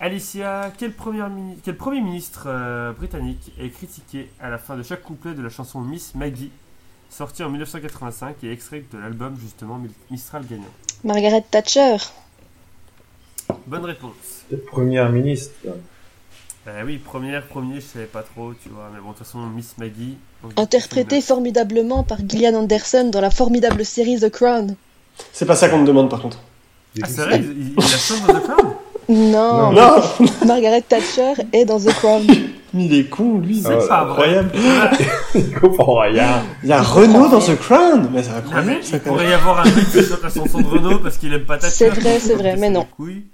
Speaker 2: Alicia, quel premier, mini- quel premier ministre euh, britannique est critiqué à la fin de chaque couplet de la chanson Miss Maggie, sortie en 1985 et extraite de l'album justement Mil- Mistral Gagnant
Speaker 1: Margaret Thatcher.
Speaker 2: Bonne réponse.
Speaker 3: Peut-être première ministre.
Speaker 2: Ah, Euh, oui, première, premier, je savais pas trop, tu vois. Mais bon, de toute façon, Miss Maggie. on se dit
Speaker 1: Interprétée
Speaker 2: que c'est
Speaker 1: formidablement par Gillian Anderson dans la formidable série The Crown.
Speaker 4: C'est pas ça qu'on me demande par contre.
Speaker 2: une- Ah, c'est vrai, il, il- il a chambre de femme Ah,
Speaker 1: Non,
Speaker 4: Non
Speaker 1: Margaret Thatcher est dans The Crown.
Speaker 4: Mais il est con lui,
Speaker 3: Ah
Speaker 4: c'est
Speaker 3: ouais.
Speaker 2: pas vrai.
Speaker 4: incroyable.
Speaker 3: Je comprends rien.
Speaker 4: Il y a Renault dans The Crown Mais c'est
Speaker 2: Non, mais
Speaker 4: incroyable ça
Speaker 2: il
Speaker 4: quand même.
Speaker 2: Ah pourrait y avoir un mec qui chante la chanson de Renault parce qu'il aime pas ta
Speaker 1: C'est
Speaker 2: sœur.
Speaker 1: vrai, c'est vrai, mais non.
Speaker 2: Couille.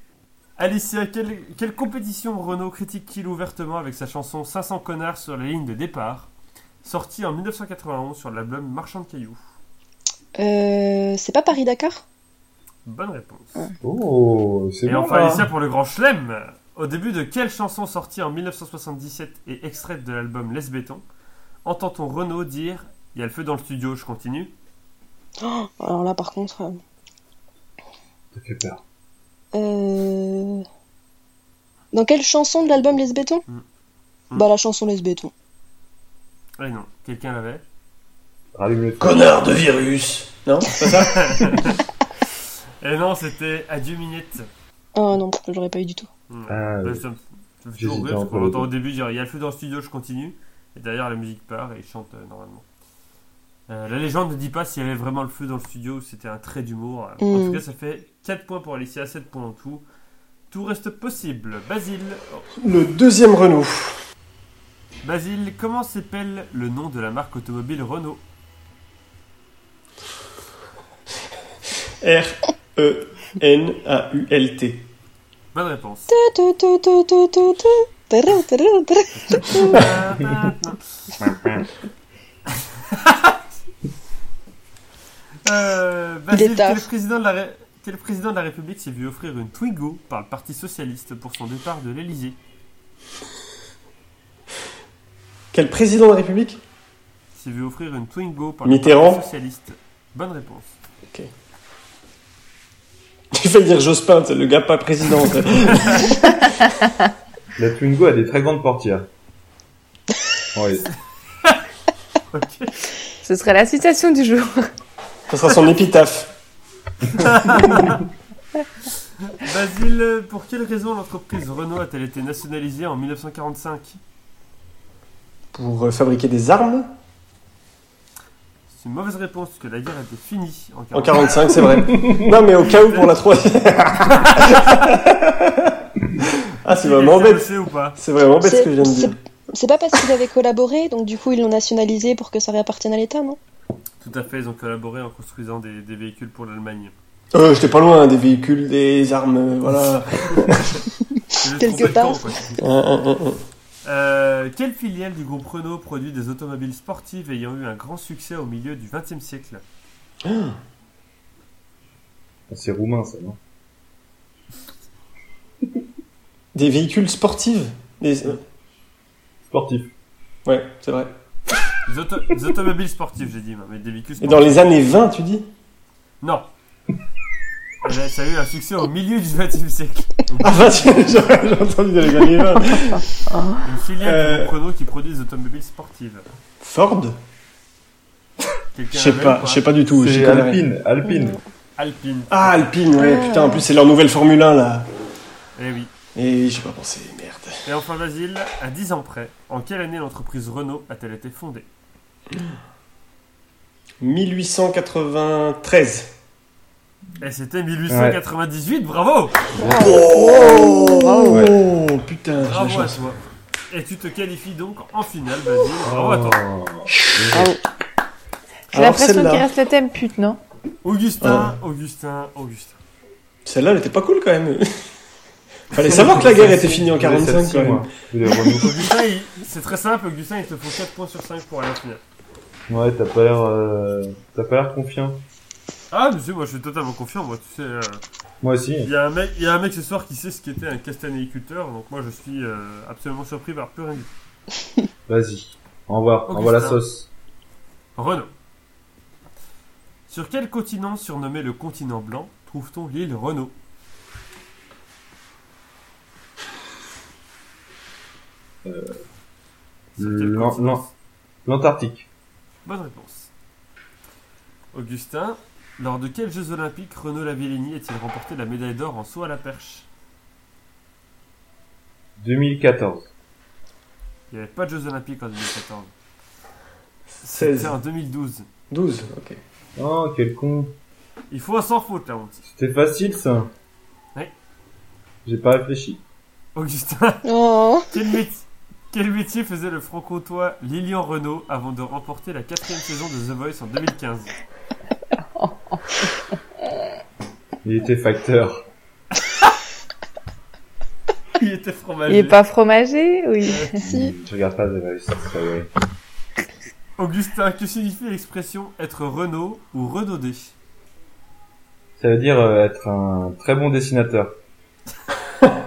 Speaker 2: Alicia, quelle, quelle compétition Renault critique-t-il ouvertement avec sa chanson 500 connards sur la ligne de départ, sortie en 1991 sur l'album Marchand de cailloux
Speaker 1: Euh, c'est pas Paris-Dakar
Speaker 2: Bonne réponse.
Speaker 3: Oh, c'est
Speaker 2: Et
Speaker 3: bon.
Speaker 2: enfin,
Speaker 3: là.
Speaker 2: Alicia pour le grand chelem Au début de quelle chanson sortie en 1977 et extraite de l'album Les Béton, entend-on Renault dire Il y a le feu dans le studio, je continue
Speaker 1: Alors là, par contre. euh,
Speaker 3: Ça fait peur.
Speaker 1: Euh... Dans quelle chanson de l'album Les Bétons
Speaker 2: Mm.
Speaker 1: Bah la chanson Les Bétons.
Speaker 2: Ah non, quelqu'un l'avait.
Speaker 3: Rallume le feu.
Speaker 4: Connard de virus Non C'est pas ça
Speaker 2: Et Eh non, c'était Adieu Minette.
Speaker 1: Ah non, je l'aurais pas eu du tout.
Speaker 2: Hmm.
Speaker 3: Ah,
Speaker 2: Ouais,
Speaker 3: oui.
Speaker 2: ça me- ça me fait
Speaker 3: J'hésite
Speaker 2: toujours rire parce
Speaker 3: encore
Speaker 2: qu'on l'entend
Speaker 3: le
Speaker 2: au début dire il y a le feu dans le studio, je continue. Et derrière, la musique part et il chante euh, normalement. Euh, la légende ne dit pas s'il y avait vraiment le feu dans le studio ou si c'était un trait d'humour. Euh, En
Speaker 1: Mm.
Speaker 2: tout cas, ça fait 4 points pour Alicia, 7 points en tout. Tout reste possible. Basile,
Speaker 4: Le deuxième Renault.
Speaker 2: Basile comment s'appelle le nom de la marque automobile Renault
Speaker 4: E R-E-N-A-U-L-T.
Speaker 2: Bonne réponse.
Speaker 1: Tout, tout, tout, tout, tout, tout. Tadam, tadam, tadam.
Speaker 2: Euh, Basile,
Speaker 1: L'État.
Speaker 2: quel président, de la Ré- quel président de la République s'est vu offrir une Twingo par le Parti Socialiste pour son départ de l'Elysée
Speaker 4: Quel président de la République
Speaker 2: S'est vu offrir une Twingo par le
Speaker 4: Mitterrand.
Speaker 2: Parti Socialiste. Bonne réponse.
Speaker 4: J'ai failli dire Jospin, c'est le gars pas président. ça.
Speaker 3: La Twingo a des très grandes portières. Ah Oui.
Speaker 2: Ok.
Speaker 5: Ce serait la citation du jour.
Speaker 4: Ça sera son épitaphe.
Speaker 2: Basile, pour quelle raison l'entreprise Renault a-t-elle été nationalisée en 1945
Speaker 4: Pour euh, fabriquer des armes
Speaker 2: C'est une mauvaise réponse parce que la guerre était finie en
Speaker 4: En
Speaker 2: 1945.
Speaker 4: 45, c'est vrai. non, mais au cas où pour la troisième. ah, c'est vraiment
Speaker 2: Tu
Speaker 4: bête.
Speaker 2: sais ou pas
Speaker 4: C'est vraiment bête ce
Speaker 1: C'est-
Speaker 4: que je viens de dire.
Speaker 1: c'est- C'est pas parce qu'ils avaient collaboré, donc du coup ils l'ont nationalisé pour que ça réappartienne à l'État, non
Speaker 2: Tout à fait, ils ont collaboré en construisant des, des véhicules pour l'Allemagne.
Speaker 4: Euh, j'étais pas loin, des véhicules, des armes, euh, voilà.
Speaker 2: C'est juste
Speaker 1: Quelque
Speaker 2: trop
Speaker 1: part.
Speaker 2: bêtant, quoi.
Speaker 4: Un, un, un, un.
Speaker 2: Euh, quelle filiale du groupe Renault produit des automobiles sportives ayant eu un grand succès au milieu du XXe siècle
Speaker 3: Ah, C'est roumain, ça, non
Speaker 4: Des véhicules sportifs Des- euh,
Speaker 3: Sportif.
Speaker 4: Ouais, c'est vrai.
Speaker 2: des, auto- des automobiles sportives, j'ai dit, mais des véhicules
Speaker 4: Et
Speaker 2: sportifs.
Speaker 4: dans les années 20, tu dis
Speaker 2: Non. Elle a- Ça a eu un succès au milieu du XXe siècle.
Speaker 4: Ah, bah, j'ai j'ai entendu dans les années 20.
Speaker 2: Une filiale
Speaker 4: Euh.
Speaker 2: du groupe Renault qui produit des automobiles sportives.
Speaker 4: Ford Je
Speaker 2: Quelqu'un
Speaker 4: sais
Speaker 2: l'avait
Speaker 4: pas,
Speaker 2: ou
Speaker 4: je sais pas du tout. j'y
Speaker 3: C'est
Speaker 4: connais rien.
Speaker 3: Alpine. Alpine.
Speaker 2: Oh, Alpine.
Speaker 4: Ah, Alpine, ouais,
Speaker 1: Ah.
Speaker 4: putain, en plus c'est leur nouvelle Formule 1 là.
Speaker 2: Eh oui.
Speaker 4: Et j'ai pas pensé, merde.
Speaker 2: Et enfin, Basile, à 10 ans près, en quelle année l'entreprise Renault a-t-elle été fondée
Speaker 4: 1893.
Speaker 2: Et Eh, c'était 1898, bravo
Speaker 4: Oh,
Speaker 3: Ouais.
Speaker 4: putain, j'ai la
Speaker 2: Bravo à
Speaker 4: chance.
Speaker 2: toi. Et tu te qualifies donc en finale, Basile.
Speaker 4: Oh.
Speaker 2: Bravo à toi.
Speaker 3: Oh.
Speaker 5: J'ai l'impression qu'il
Speaker 4: celle-là,
Speaker 5: reste le thème pute, non
Speaker 2: Augustin, Augustin, Augustin.
Speaker 4: celle-là elle était pas cool quand même. Fallait savoir que la guerre était finie en 45
Speaker 3: 45
Speaker 4: quand même.
Speaker 2: Augustin, il- c'est très simple, Augustin, il te faut 4 points sur 5 pour aller en finale.
Speaker 3: Ouais, t'as pas l'air, euh, t'as pas l'air confiant.
Speaker 2: Ah, monsieur, moi je suis totalement confiant, moi, tu sais. euh,
Speaker 3: Moi aussi.
Speaker 2: Il y, a un mec, il y a un mec ce soir qui sait ce qu'était un castanéiculteur, donc moi je suis euh, absolument surpris par plus rien du tout.
Speaker 3: Vas-y. Envoie,
Speaker 2: Augustin.
Speaker 3: envoie la sauce.
Speaker 2: Renault. Sur quel continent surnommé le continent blanc trouve-t-on l'île Renault Sur quel
Speaker 3: Euh, L'an-
Speaker 2: continent
Speaker 3: l'an- L'Antarctique.
Speaker 2: Bonne réponse. Augustin, lors de quels Jeux Olympiques Renaud Lavillenie a-t-il remporté la médaille d'or en saut à la perche
Speaker 3: 2014.
Speaker 2: Il n'y avait pas de Jeux Olympiques en 2014.
Speaker 4: 16.
Speaker 2: C'était en 2012.
Speaker 4: 12, ok.
Speaker 3: Oh, quel con.
Speaker 2: Il faut un sans faute là, mon petit.
Speaker 3: C'était facile, ça.
Speaker 2: Ouais.
Speaker 3: J'ai pas réfléchi.
Speaker 2: Augustin,
Speaker 1: Oh.
Speaker 2: quel métier, quel métier faisait le franc-comtois Lilian Renault avant de remporter la quatrième saison de The Voice en 2015
Speaker 3: Il était facteur.
Speaker 2: Il était
Speaker 4: Ah,
Speaker 2: fromager.
Speaker 5: Il est pas fromager Oui.
Speaker 1: Si.
Speaker 3: Je regarde Mm, pas The Voice. ça, ouais.
Speaker 2: Augustin, que signifie l'expression être Renault ou renaudé
Speaker 3: Ça veut dire euh, être un très bon dessinateur.
Speaker 2: Pourquoi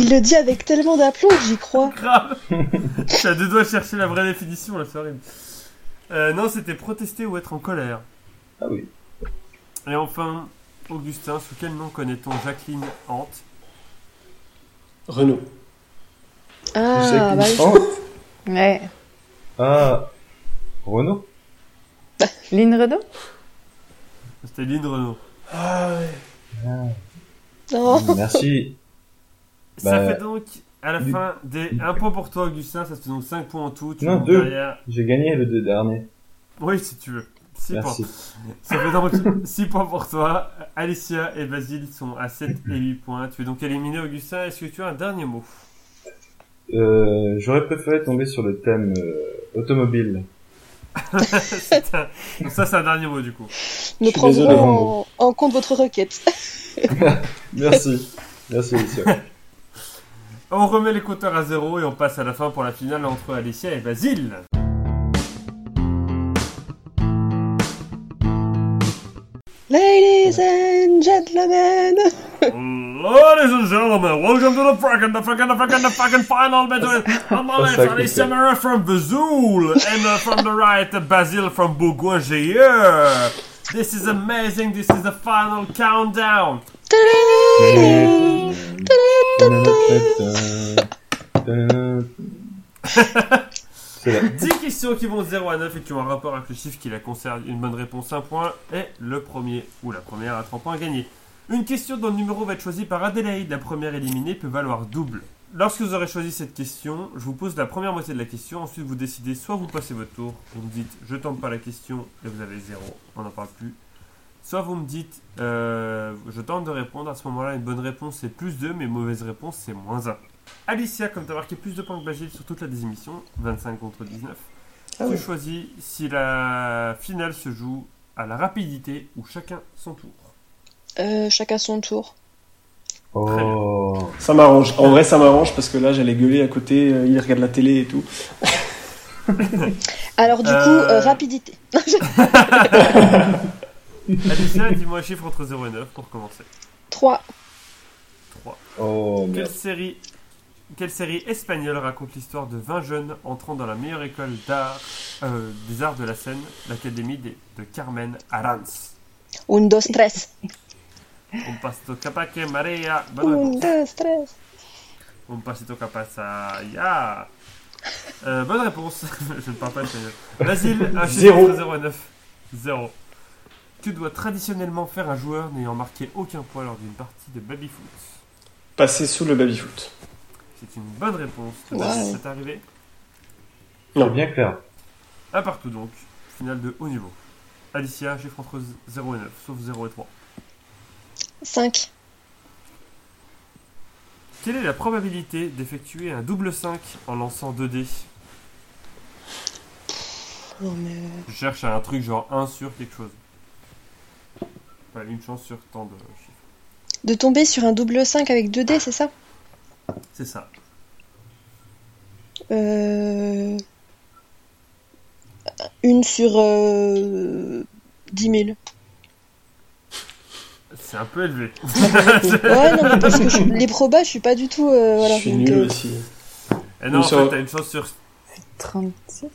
Speaker 1: Il le dit avec tellement d'aplomb que j'y crois.
Speaker 2: Grave T'as deux doigts à chercher la vraie définition, la soirée. Euh, non, c'était protester ou être en colère.
Speaker 3: Ah oui.
Speaker 2: Et enfin, Augustin, sous quel nom connaît-on Jacqueline Hant
Speaker 4: Renault.
Speaker 1: Ah, bah, oui.
Speaker 3: Oh,
Speaker 5: Ouais.
Speaker 3: ah. Renault.
Speaker 5: Lynn Renault
Speaker 2: C'était Lynn Renault.
Speaker 4: Ah ouais.
Speaker 1: non.
Speaker 3: Mm, Merci.
Speaker 2: Ça
Speaker 3: Bah,
Speaker 2: fait donc, à la
Speaker 3: du-
Speaker 2: fin, des 1 point pour toi, Augustin. Ça fait donc 5 points en tout. Tu
Speaker 3: Non,
Speaker 2: montes
Speaker 3: deux.
Speaker 2: derrière.
Speaker 3: J'ai gagné le deux dernier.
Speaker 2: Oui, si tu veux. 6 points.
Speaker 3: Merci.
Speaker 2: Ça fait donc 6 points pour toi. Alicia et Basile sont à 7 et 8 points. Tu es donc éliminé, Augustin. Est-ce que tu as un dernier mot
Speaker 3: Euh, j'aurais préféré tomber sur le thème euh, automobile.
Speaker 2: C'est un- donc Ça, c'est un dernier mot, du coup.
Speaker 1: Nous
Speaker 4: suis désolé,
Speaker 1: prendrons en, en compte votre requête.
Speaker 3: Merci. Merci, Alicia.
Speaker 2: On remet les compteurs à zéro et on passe à la fin pour la finale entre Alicia et Basile.
Speaker 1: Ladies and gentlemen.
Speaker 2: Ladies and gentlemen, welcome to the fucking, the fucking, the fucking, the fucking final between on my left, Alicia Mara from Vesoul and uh, from the right, uh, Basile from Bourgoin-Jallieu. This is amazing. This is the final countdown.
Speaker 3: C'est là.
Speaker 2: 10 questions qui vont de 0 à 9 et qui ont un rapport avec le chiffre qui la concerne. Une bonne réponse, un point. Et le premier ou la première à 30 points gagnés. Une question dont le numéro va être choisi par Adélaïde, la première éliminée, peut valoir double. Lorsque vous aurez choisi cette question, je vous pose la première moitié de la question. Ensuite, vous décidez soit vous passez votre tour, vous me dites je tente pas la question et vous avez zéro, on n'en parle plus. Soit vous me dites euh, je tente de répondre, à ce moment-là, une bonne réponse c'est plus 2, mais mauvaise réponse c'est moins 1. Alicia, comme tu as marqué plus de points que Bagil sur toute la désémission, 25 contre 19, tu choisis si la finale se joue à la rapidité ou chacun son tour.
Speaker 1: Euh, chacun son tour.
Speaker 3: Oh.
Speaker 4: Ça m'arrange. En vrai, ça m'arrange parce que là, j'allais gueuler à côté. euh, il regarde la télé et tout.
Speaker 1: Alors du
Speaker 2: Euh.
Speaker 1: coup, euh, rapidité.
Speaker 2: Alicia, dis-moi un chiffre entre 0 et 9 pour commencer.
Speaker 1: 3.
Speaker 2: 3.
Speaker 3: Oh,
Speaker 2: Quelle
Speaker 3: merde.
Speaker 2: série, quelle série espagnole raconte l'histoire de 20 jeunes entrant dans la meilleure école d'art, euh, des arts de la scène, l'Académie des- de Carmen Aranz
Speaker 1: Un, dos, tres.
Speaker 2: Un pasito capaque marea. Bonne
Speaker 1: Un,
Speaker 2: réponse.
Speaker 1: dos, tres.
Speaker 2: Un pasito capasa. ya. Euh, bonne réponse. Je ne parle pas espagnol. Basile, un chiffre
Speaker 4: Zéro.
Speaker 2: entre 0 et 9. 0. Que doit traditionnellement faire un joueur n'ayant marqué aucun point lors d'une partie de baby-foot
Speaker 4: Passer sous le baby-foot.
Speaker 2: C'est une bonne réponse.
Speaker 1: Wow.
Speaker 2: Vas-y, C'est arrivé.
Speaker 3: C'est bien clair.
Speaker 2: Un partout donc. Finale de haut niveau. Alicia, chiffre entre 0 et 9, sauf 0 et 3.
Speaker 1: 5.
Speaker 2: Quelle est la probabilité d'effectuer un double 5 en lançant 2 dés
Speaker 1: Non Oh, mais...
Speaker 2: Je cherche un truc genre 1 sur quelque chose. Pas une chance sur tant de chiffres.
Speaker 1: De tomber sur un double 5 avec 2 dés, c'est ça
Speaker 2: C'est ça.
Speaker 1: euh... Une sur euh... 10 000.
Speaker 2: C'est un peu élevé.
Speaker 1: Ouais, non, mais parce que je- les probas, je suis pas du tout. euh, voilà,
Speaker 4: je suis
Speaker 1: donc,
Speaker 4: nul
Speaker 1: euh,
Speaker 4: aussi.
Speaker 2: Et non, en
Speaker 4: Ou ça-
Speaker 2: fait, t'as une chance sur
Speaker 5: 36.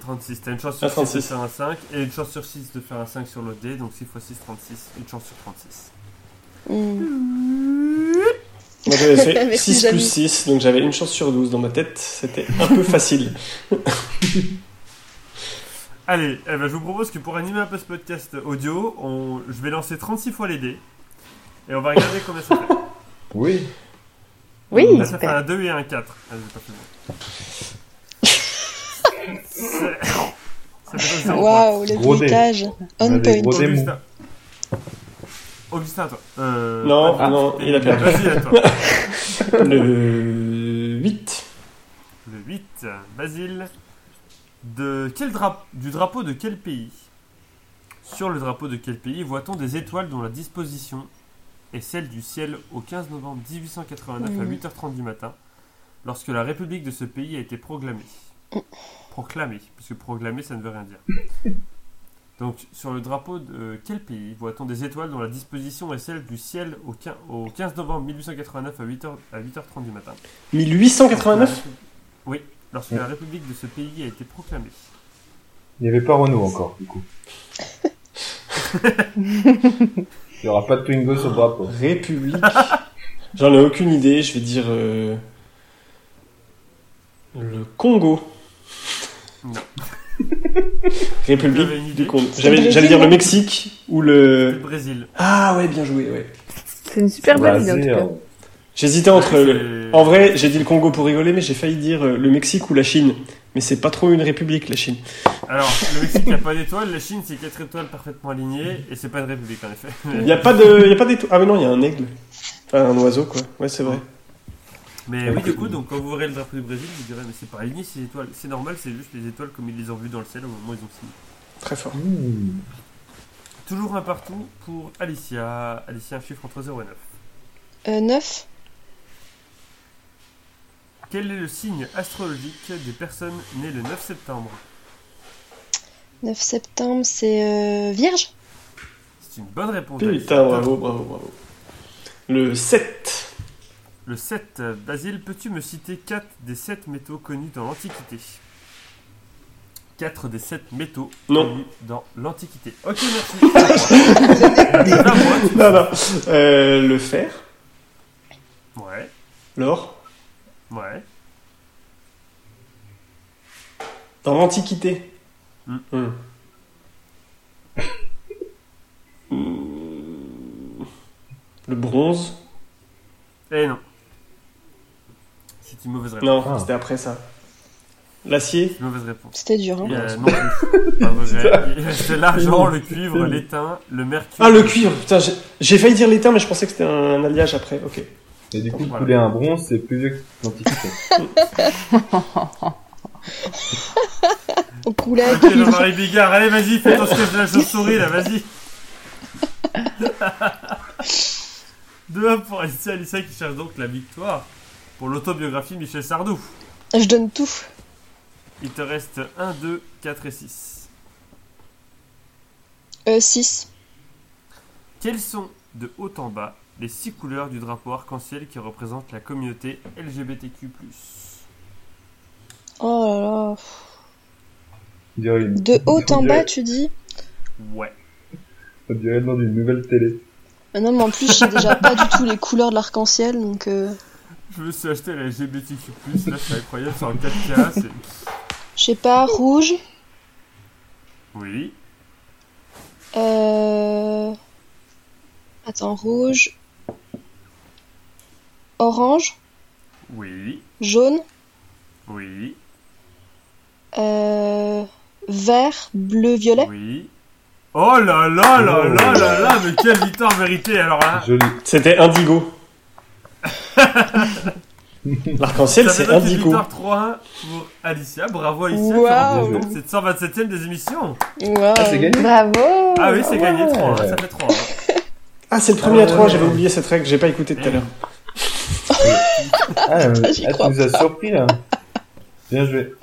Speaker 2: 36. T'as une chance sur
Speaker 4: Ah,
Speaker 2: 6 de
Speaker 4: 36.
Speaker 2: faire un 5 et une chance sur 6 de faire un 5 sur le dé. Donc 6 x 6, 36. Une chance sur 36.
Speaker 1: hmm.
Speaker 4: Moi j'avais fait
Speaker 1: Merci,
Speaker 4: 6 plus
Speaker 1: Jamie.
Speaker 4: 6, donc j'avais une chance sur 12 dans ma tête, c'était un peu facile.
Speaker 2: Allez, eh ben, je vous propose que pour animer un peu ce podcast audio, on... je vais lancer 36 fois les dés. Et on va regarder combien ça fait.
Speaker 3: Oui.
Speaker 5: Oui,
Speaker 2: Là, ça fait
Speaker 5: super.
Speaker 2: un 2 et un 4. Ah, j'ai pas fait bon. C'est- Ça fait donc zéro point.
Speaker 1: Waouh, le
Speaker 3: Ah, Gros dé.
Speaker 1: bruitage. On
Speaker 3: Allez,
Speaker 1: point.
Speaker 3: gros dé.
Speaker 2: Augustin. Augustin, à toi. Euh,
Speaker 4: Non, ah
Speaker 2: Patrick,
Speaker 4: non,
Speaker 2: t'es-
Speaker 4: il a perdu.
Speaker 2: Vas-y, à toi.
Speaker 4: Le 8,
Speaker 2: Le 8, Basile. De quel drap- du drapeau de quel pays Sur le drapeau de quel pays voit-on des étoiles dont la disposition est celle du ciel au 15 novembre 1889 à
Speaker 1: Mhm.
Speaker 2: 8h30 du matin, lorsque la République de ce pays a été proclamée Proclamée, puisque proclamée ça ne veut rien dire. Donc, sur le drapeau de quel pays voit-on des étoiles dont la disposition est celle du ciel au quin- au 15 novembre 1889 à 8h à 8h30 du matin
Speaker 4: 1889
Speaker 2: Oui, lorsque la République de ce pays a été proclamée.
Speaker 3: Il n'y avait pas Renault encore, du coup. Il n'y aura pas de Twingo sur le drapeau.
Speaker 4: République. J'en ai aucune idée, je vais dire. euh, Le Congo.
Speaker 2: Non. Vous avez une
Speaker 4: République
Speaker 2: idée
Speaker 4: du Congo.
Speaker 1: le
Speaker 4: J'allais
Speaker 1: Brésil,
Speaker 4: j'allais dire le
Speaker 1: non
Speaker 4: Mexique ou
Speaker 2: C'est le
Speaker 4: le.
Speaker 2: Brésil.
Speaker 4: Ah ouais, bien joué, ouais.
Speaker 5: C'est une super bonne idée en
Speaker 4: hein.
Speaker 5: tout cas.
Speaker 3: Vas-y,
Speaker 4: J'hésitais entre.
Speaker 2: Ouais,
Speaker 4: le-
Speaker 2: c'est-
Speaker 4: En vrai, j'ai dit le Congo pour rigoler, mais j'ai failli dire euh, le Mexique ou la Chine. Mais c'est pas trop une république, la Chine.
Speaker 2: Alors, le Mexique n'a pas d'étoiles, la Chine c'est quatre étoiles parfaitement alignées, et c'est pas une république en effet.
Speaker 4: Il y a pas de. y a pas d'étoile. Ah, mais non, il y a un aigle. Enfin, un oiseau, quoi. Ouais, c'est vrai.
Speaker 2: Mais oui, du coup, donc quand vous verrez le drapeau du Brésil, vous direz, mais c'est pas aligné ces étoiles. C'est normal, c'est juste les étoiles comme ils les ont vues dans le ciel au moment où ils ont signé.
Speaker 4: Très fort.
Speaker 3: Mmh.
Speaker 2: Toujours un partout pour Alicia. Alicia, un chiffre entre 0 et 9.
Speaker 1: Euh, 9.
Speaker 2: Quel est le signe astrologique des personnes nées le 9 septembre
Speaker 1: 9 septembre, c'est euh, Vierge.
Speaker 2: C'est une bonne réponse. Alicia.
Speaker 4: Putain, bravo, bravo, bravo. Le 7.
Speaker 2: Le 7, euh, Basile, peux-tu me citer 4 des 7 métaux connus dans l'Antiquité 4 des 7 métaux
Speaker 4: Non.
Speaker 2: connus dans l'Antiquité. Ok, merci. Là, moi, tu-
Speaker 4: Non, non. Euh, le fer,
Speaker 2: Ouais,
Speaker 4: l'or,
Speaker 2: ouais.
Speaker 4: dans l'Antiquité.
Speaker 2: Mm.
Speaker 4: Mm. Mm. Le bronze
Speaker 2: Eh non. C'est une mauvaise réponse.
Speaker 4: Non,
Speaker 3: Ah.
Speaker 4: c'était après ça. L'acier
Speaker 2: C'est une mauvaise réponse.
Speaker 1: C'était dur. Hein.
Speaker 2: Il y a non plus. Pas vrai. Il reste l'argent, le cuivre, l'étain, le mercure.
Speaker 4: Ah, le cuivre Putain, j'ai- j'ai failli dire l'étain, mais je pensais que c'était un, alliage après. Ok.
Speaker 3: Et du coup,
Speaker 2: Voilà.
Speaker 3: couler un bronze, c'est plus vieux que l'Antiquité.
Speaker 1: On coulait à
Speaker 2: Ok,
Speaker 1: cuivre.
Speaker 2: Jean-Marie Bigard, allez, vas-y, fais ton sketch de la chauve-souris, là, vas-y. Deux 1 pour Alicia, Alicia qui cherche donc la victoire pour l'autobiographie de Michel Sardou.
Speaker 1: Je donne tout.
Speaker 2: Il te reste 1, 2, 4 et 6.
Speaker 1: Euh, 6.
Speaker 2: Quelles sont, de haut en bas, les six couleurs du drapeau arc-en-ciel qui représentent la communauté LGBTQ+.
Speaker 1: Oh là là.
Speaker 3: On dirait, une-
Speaker 1: De haut en
Speaker 3: Ouais.
Speaker 1: bas, tu dis
Speaker 2: Ouais.
Speaker 3: on dirait le nom d'une nouvelle télé.
Speaker 1: Ah Non, mais en plus, je sais déjà pas du tout les couleurs de l'arc-en-ciel, donc. euh,
Speaker 2: Je me suis acheté la LGBTQ+, là, c'est incroyable, c'est en 4K, c'est...
Speaker 1: Je sais pas, rouge.
Speaker 2: Oui.
Speaker 1: Euh... Attends, rouge. Orange.
Speaker 2: Oui.
Speaker 1: Jaune.
Speaker 2: Oui.
Speaker 1: Euh... Vert. Bleu. Violet.
Speaker 2: Oui. Oh là là là
Speaker 3: Oh.
Speaker 2: là là là, mais quelle victoire méritée alors hein. là
Speaker 3: Joli.
Speaker 4: C'était indigo. L'arc-en-ciel,
Speaker 2: Ça fait
Speaker 4: c'est
Speaker 2: donc une
Speaker 4: indigo.
Speaker 2: victoire 3-1 pour Alicia. Bravo Alicia,
Speaker 1: Waouh. Oh,
Speaker 2: tu remportes cette 127 e des émissions.
Speaker 1: Waouh.
Speaker 3: Ah, c'est gagné
Speaker 5: Bravo
Speaker 2: Ah oui, c'est gagné
Speaker 5: Wow.
Speaker 2: 3-1, ça fait 3
Speaker 4: Ah, c'est le premier à
Speaker 3: Ah ouais.
Speaker 4: 3, j'avais oublié cette règle, j'ai pas écouté tout à l'heure.
Speaker 3: Ah, mais-
Speaker 1: j'y
Speaker 3: ah, tu
Speaker 1: crois
Speaker 3: nous as surpris là. Bien joué.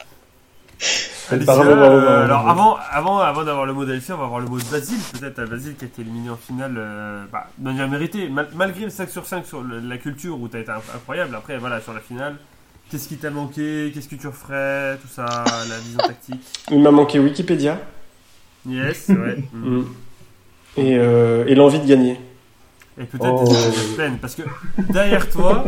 Speaker 2: D'ici
Speaker 3: Bravo,
Speaker 2: là,
Speaker 3: bravo,
Speaker 2: euh,
Speaker 3: bravo.
Speaker 2: alors avant, avant, avant d'avoir le mot d'Alfie, on va avoir le mot de Basile. Peut-être à Basile qui a été éliminé en finale euh, bah, de manière méritée. Mal- malgré le 5 sur 5 sur le- la culture où tu as été inc- incroyable, après voilà, sur la finale, qu'est-ce qui t'a manqué Qu'est-ce que tu referais Tout ça, la vision tactique.
Speaker 4: Il m'a manqué Wikipédia
Speaker 2: Yes, ouais. Mm.
Speaker 4: Hmm. et, euh, et l'envie de gagner.
Speaker 2: Et peut-être
Speaker 3: Oh.
Speaker 2: des livres de peine, parce que derrière toi,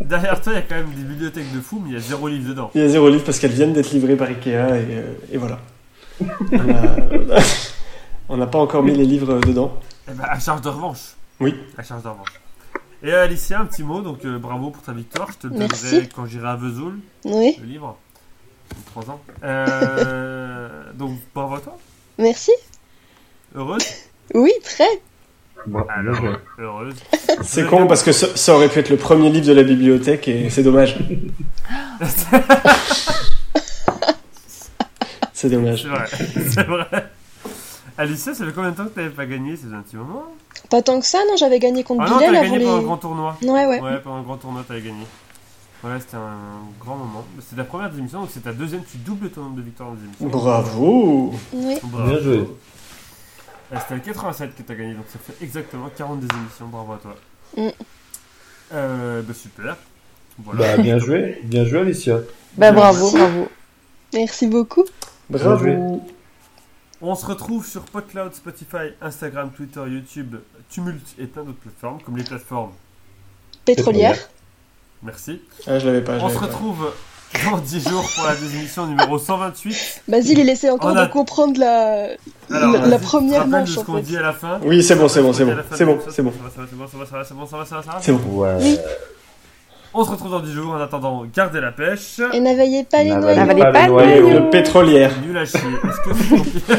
Speaker 2: derrière toi, il y a quand même des bibliothèques de fous, mais il y a zéro livre dedans.
Speaker 4: Il y a zéro livre parce qu'elles viennent d'être livrées par Ikea et, euh, et voilà. On a- On n'a pas encore mis les livres dedans.
Speaker 2: Eh ben, à charge de revanche.
Speaker 4: Oui.
Speaker 2: À charge de revanche. Et euh, Alicia, un petit mot, donc euh, bravo pour ta victoire. Je te le
Speaker 1: Merci.
Speaker 2: donnerai quand j'irai à Vesoul,
Speaker 1: Oui,
Speaker 2: le livre. 3 ans. Euh, donc bravo à toi.
Speaker 1: merci.
Speaker 2: Heureuse
Speaker 1: Oui, très.
Speaker 3: Bon,
Speaker 2: Ah, Alors, heureuse.
Speaker 4: C'est con parce que ça ça aurait pu être le premier livre de la bibliothèque et c'est dommage. C'est
Speaker 2: C'est
Speaker 4: dommage.
Speaker 2: vrai, c'est vrai. Alicia, ça fait combien de temps que t'avais pas gagné C'est un petit moment
Speaker 1: Pas tant que ça, non, j'avais gagné contre
Speaker 2: Ah non,
Speaker 1: Bilal
Speaker 2: t'avais
Speaker 1: avant
Speaker 2: gagné
Speaker 1: les.
Speaker 2: pendant un grand tournoi.
Speaker 1: Ouais, ouais.
Speaker 2: Ouais, pendant un grand tournoi, t'avais gagné. Ouais, c'était un grand moment. C'était la première des émissions, donc c'est ta deuxième, tu doubles ton nombre de victoires dans les émissions.
Speaker 4: Bravo
Speaker 1: Oui.
Speaker 2: Bravo.
Speaker 3: Bien joué.
Speaker 2: Ah, C'était le 87 que t'as gagné, donc ça fait exactement 42 émissions, bravo à toi.
Speaker 1: Mm.
Speaker 2: Euh, bah super. Voilà.
Speaker 3: Bah, bien joué, bien joué, Alicia.
Speaker 5: Bah, bravo, bravo.
Speaker 1: Merci beaucoup.
Speaker 4: Bravo
Speaker 2: On se retrouve sur PodCloud, Spotify, Instagram, Twitter, YouTube, Tumult et plein d'autres plateformes, comme les plateformes.
Speaker 1: Pétrolière.
Speaker 2: Merci.
Speaker 4: Ah, je l'avais pas. je
Speaker 2: On
Speaker 4: l'avais
Speaker 2: se
Speaker 4: pas.
Speaker 2: retrouve dans 10 jours pour la désémission numéro 128.
Speaker 1: Basile, il essaie encore
Speaker 2: On a-
Speaker 1: de comprendre la,
Speaker 2: Alors,
Speaker 1: la, la
Speaker 2: vas-y, tu te
Speaker 1: première
Speaker 2: rappelles de
Speaker 1: manche,
Speaker 2: ce
Speaker 1: en
Speaker 2: qu'on
Speaker 1: fait.
Speaker 2: dit à la fin
Speaker 4: Oui, c'est bon, c'est bon, c'est bon. C'est bon, c'est bon.
Speaker 2: Ça va, ça va, ça va, ça va, ça va, ça va, ça va, ça va.
Speaker 4: C'est bon.
Speaker 3: Ouais.
Speaker 2: On se retrouve dans 10 jours. En attendant, gardez la pêche.
Speaker 1: Et n'availlez pas les
Speaker 3: N'availlez
Speaker 1: noyaux.
Speaker 5: N'availlez
Speaker 3: pas le
Speaker 5: pas le
Speaker 3: noyau.
Speaker 5: noyau.
Speaker 4: Une pétrolière.
Speaker 2: Nul à chier. Est-ce que c'est compliqué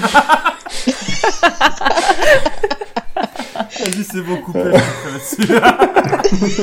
Speaker 2: Vas-y, c'est bon, coupez. je vais faire là-dessus.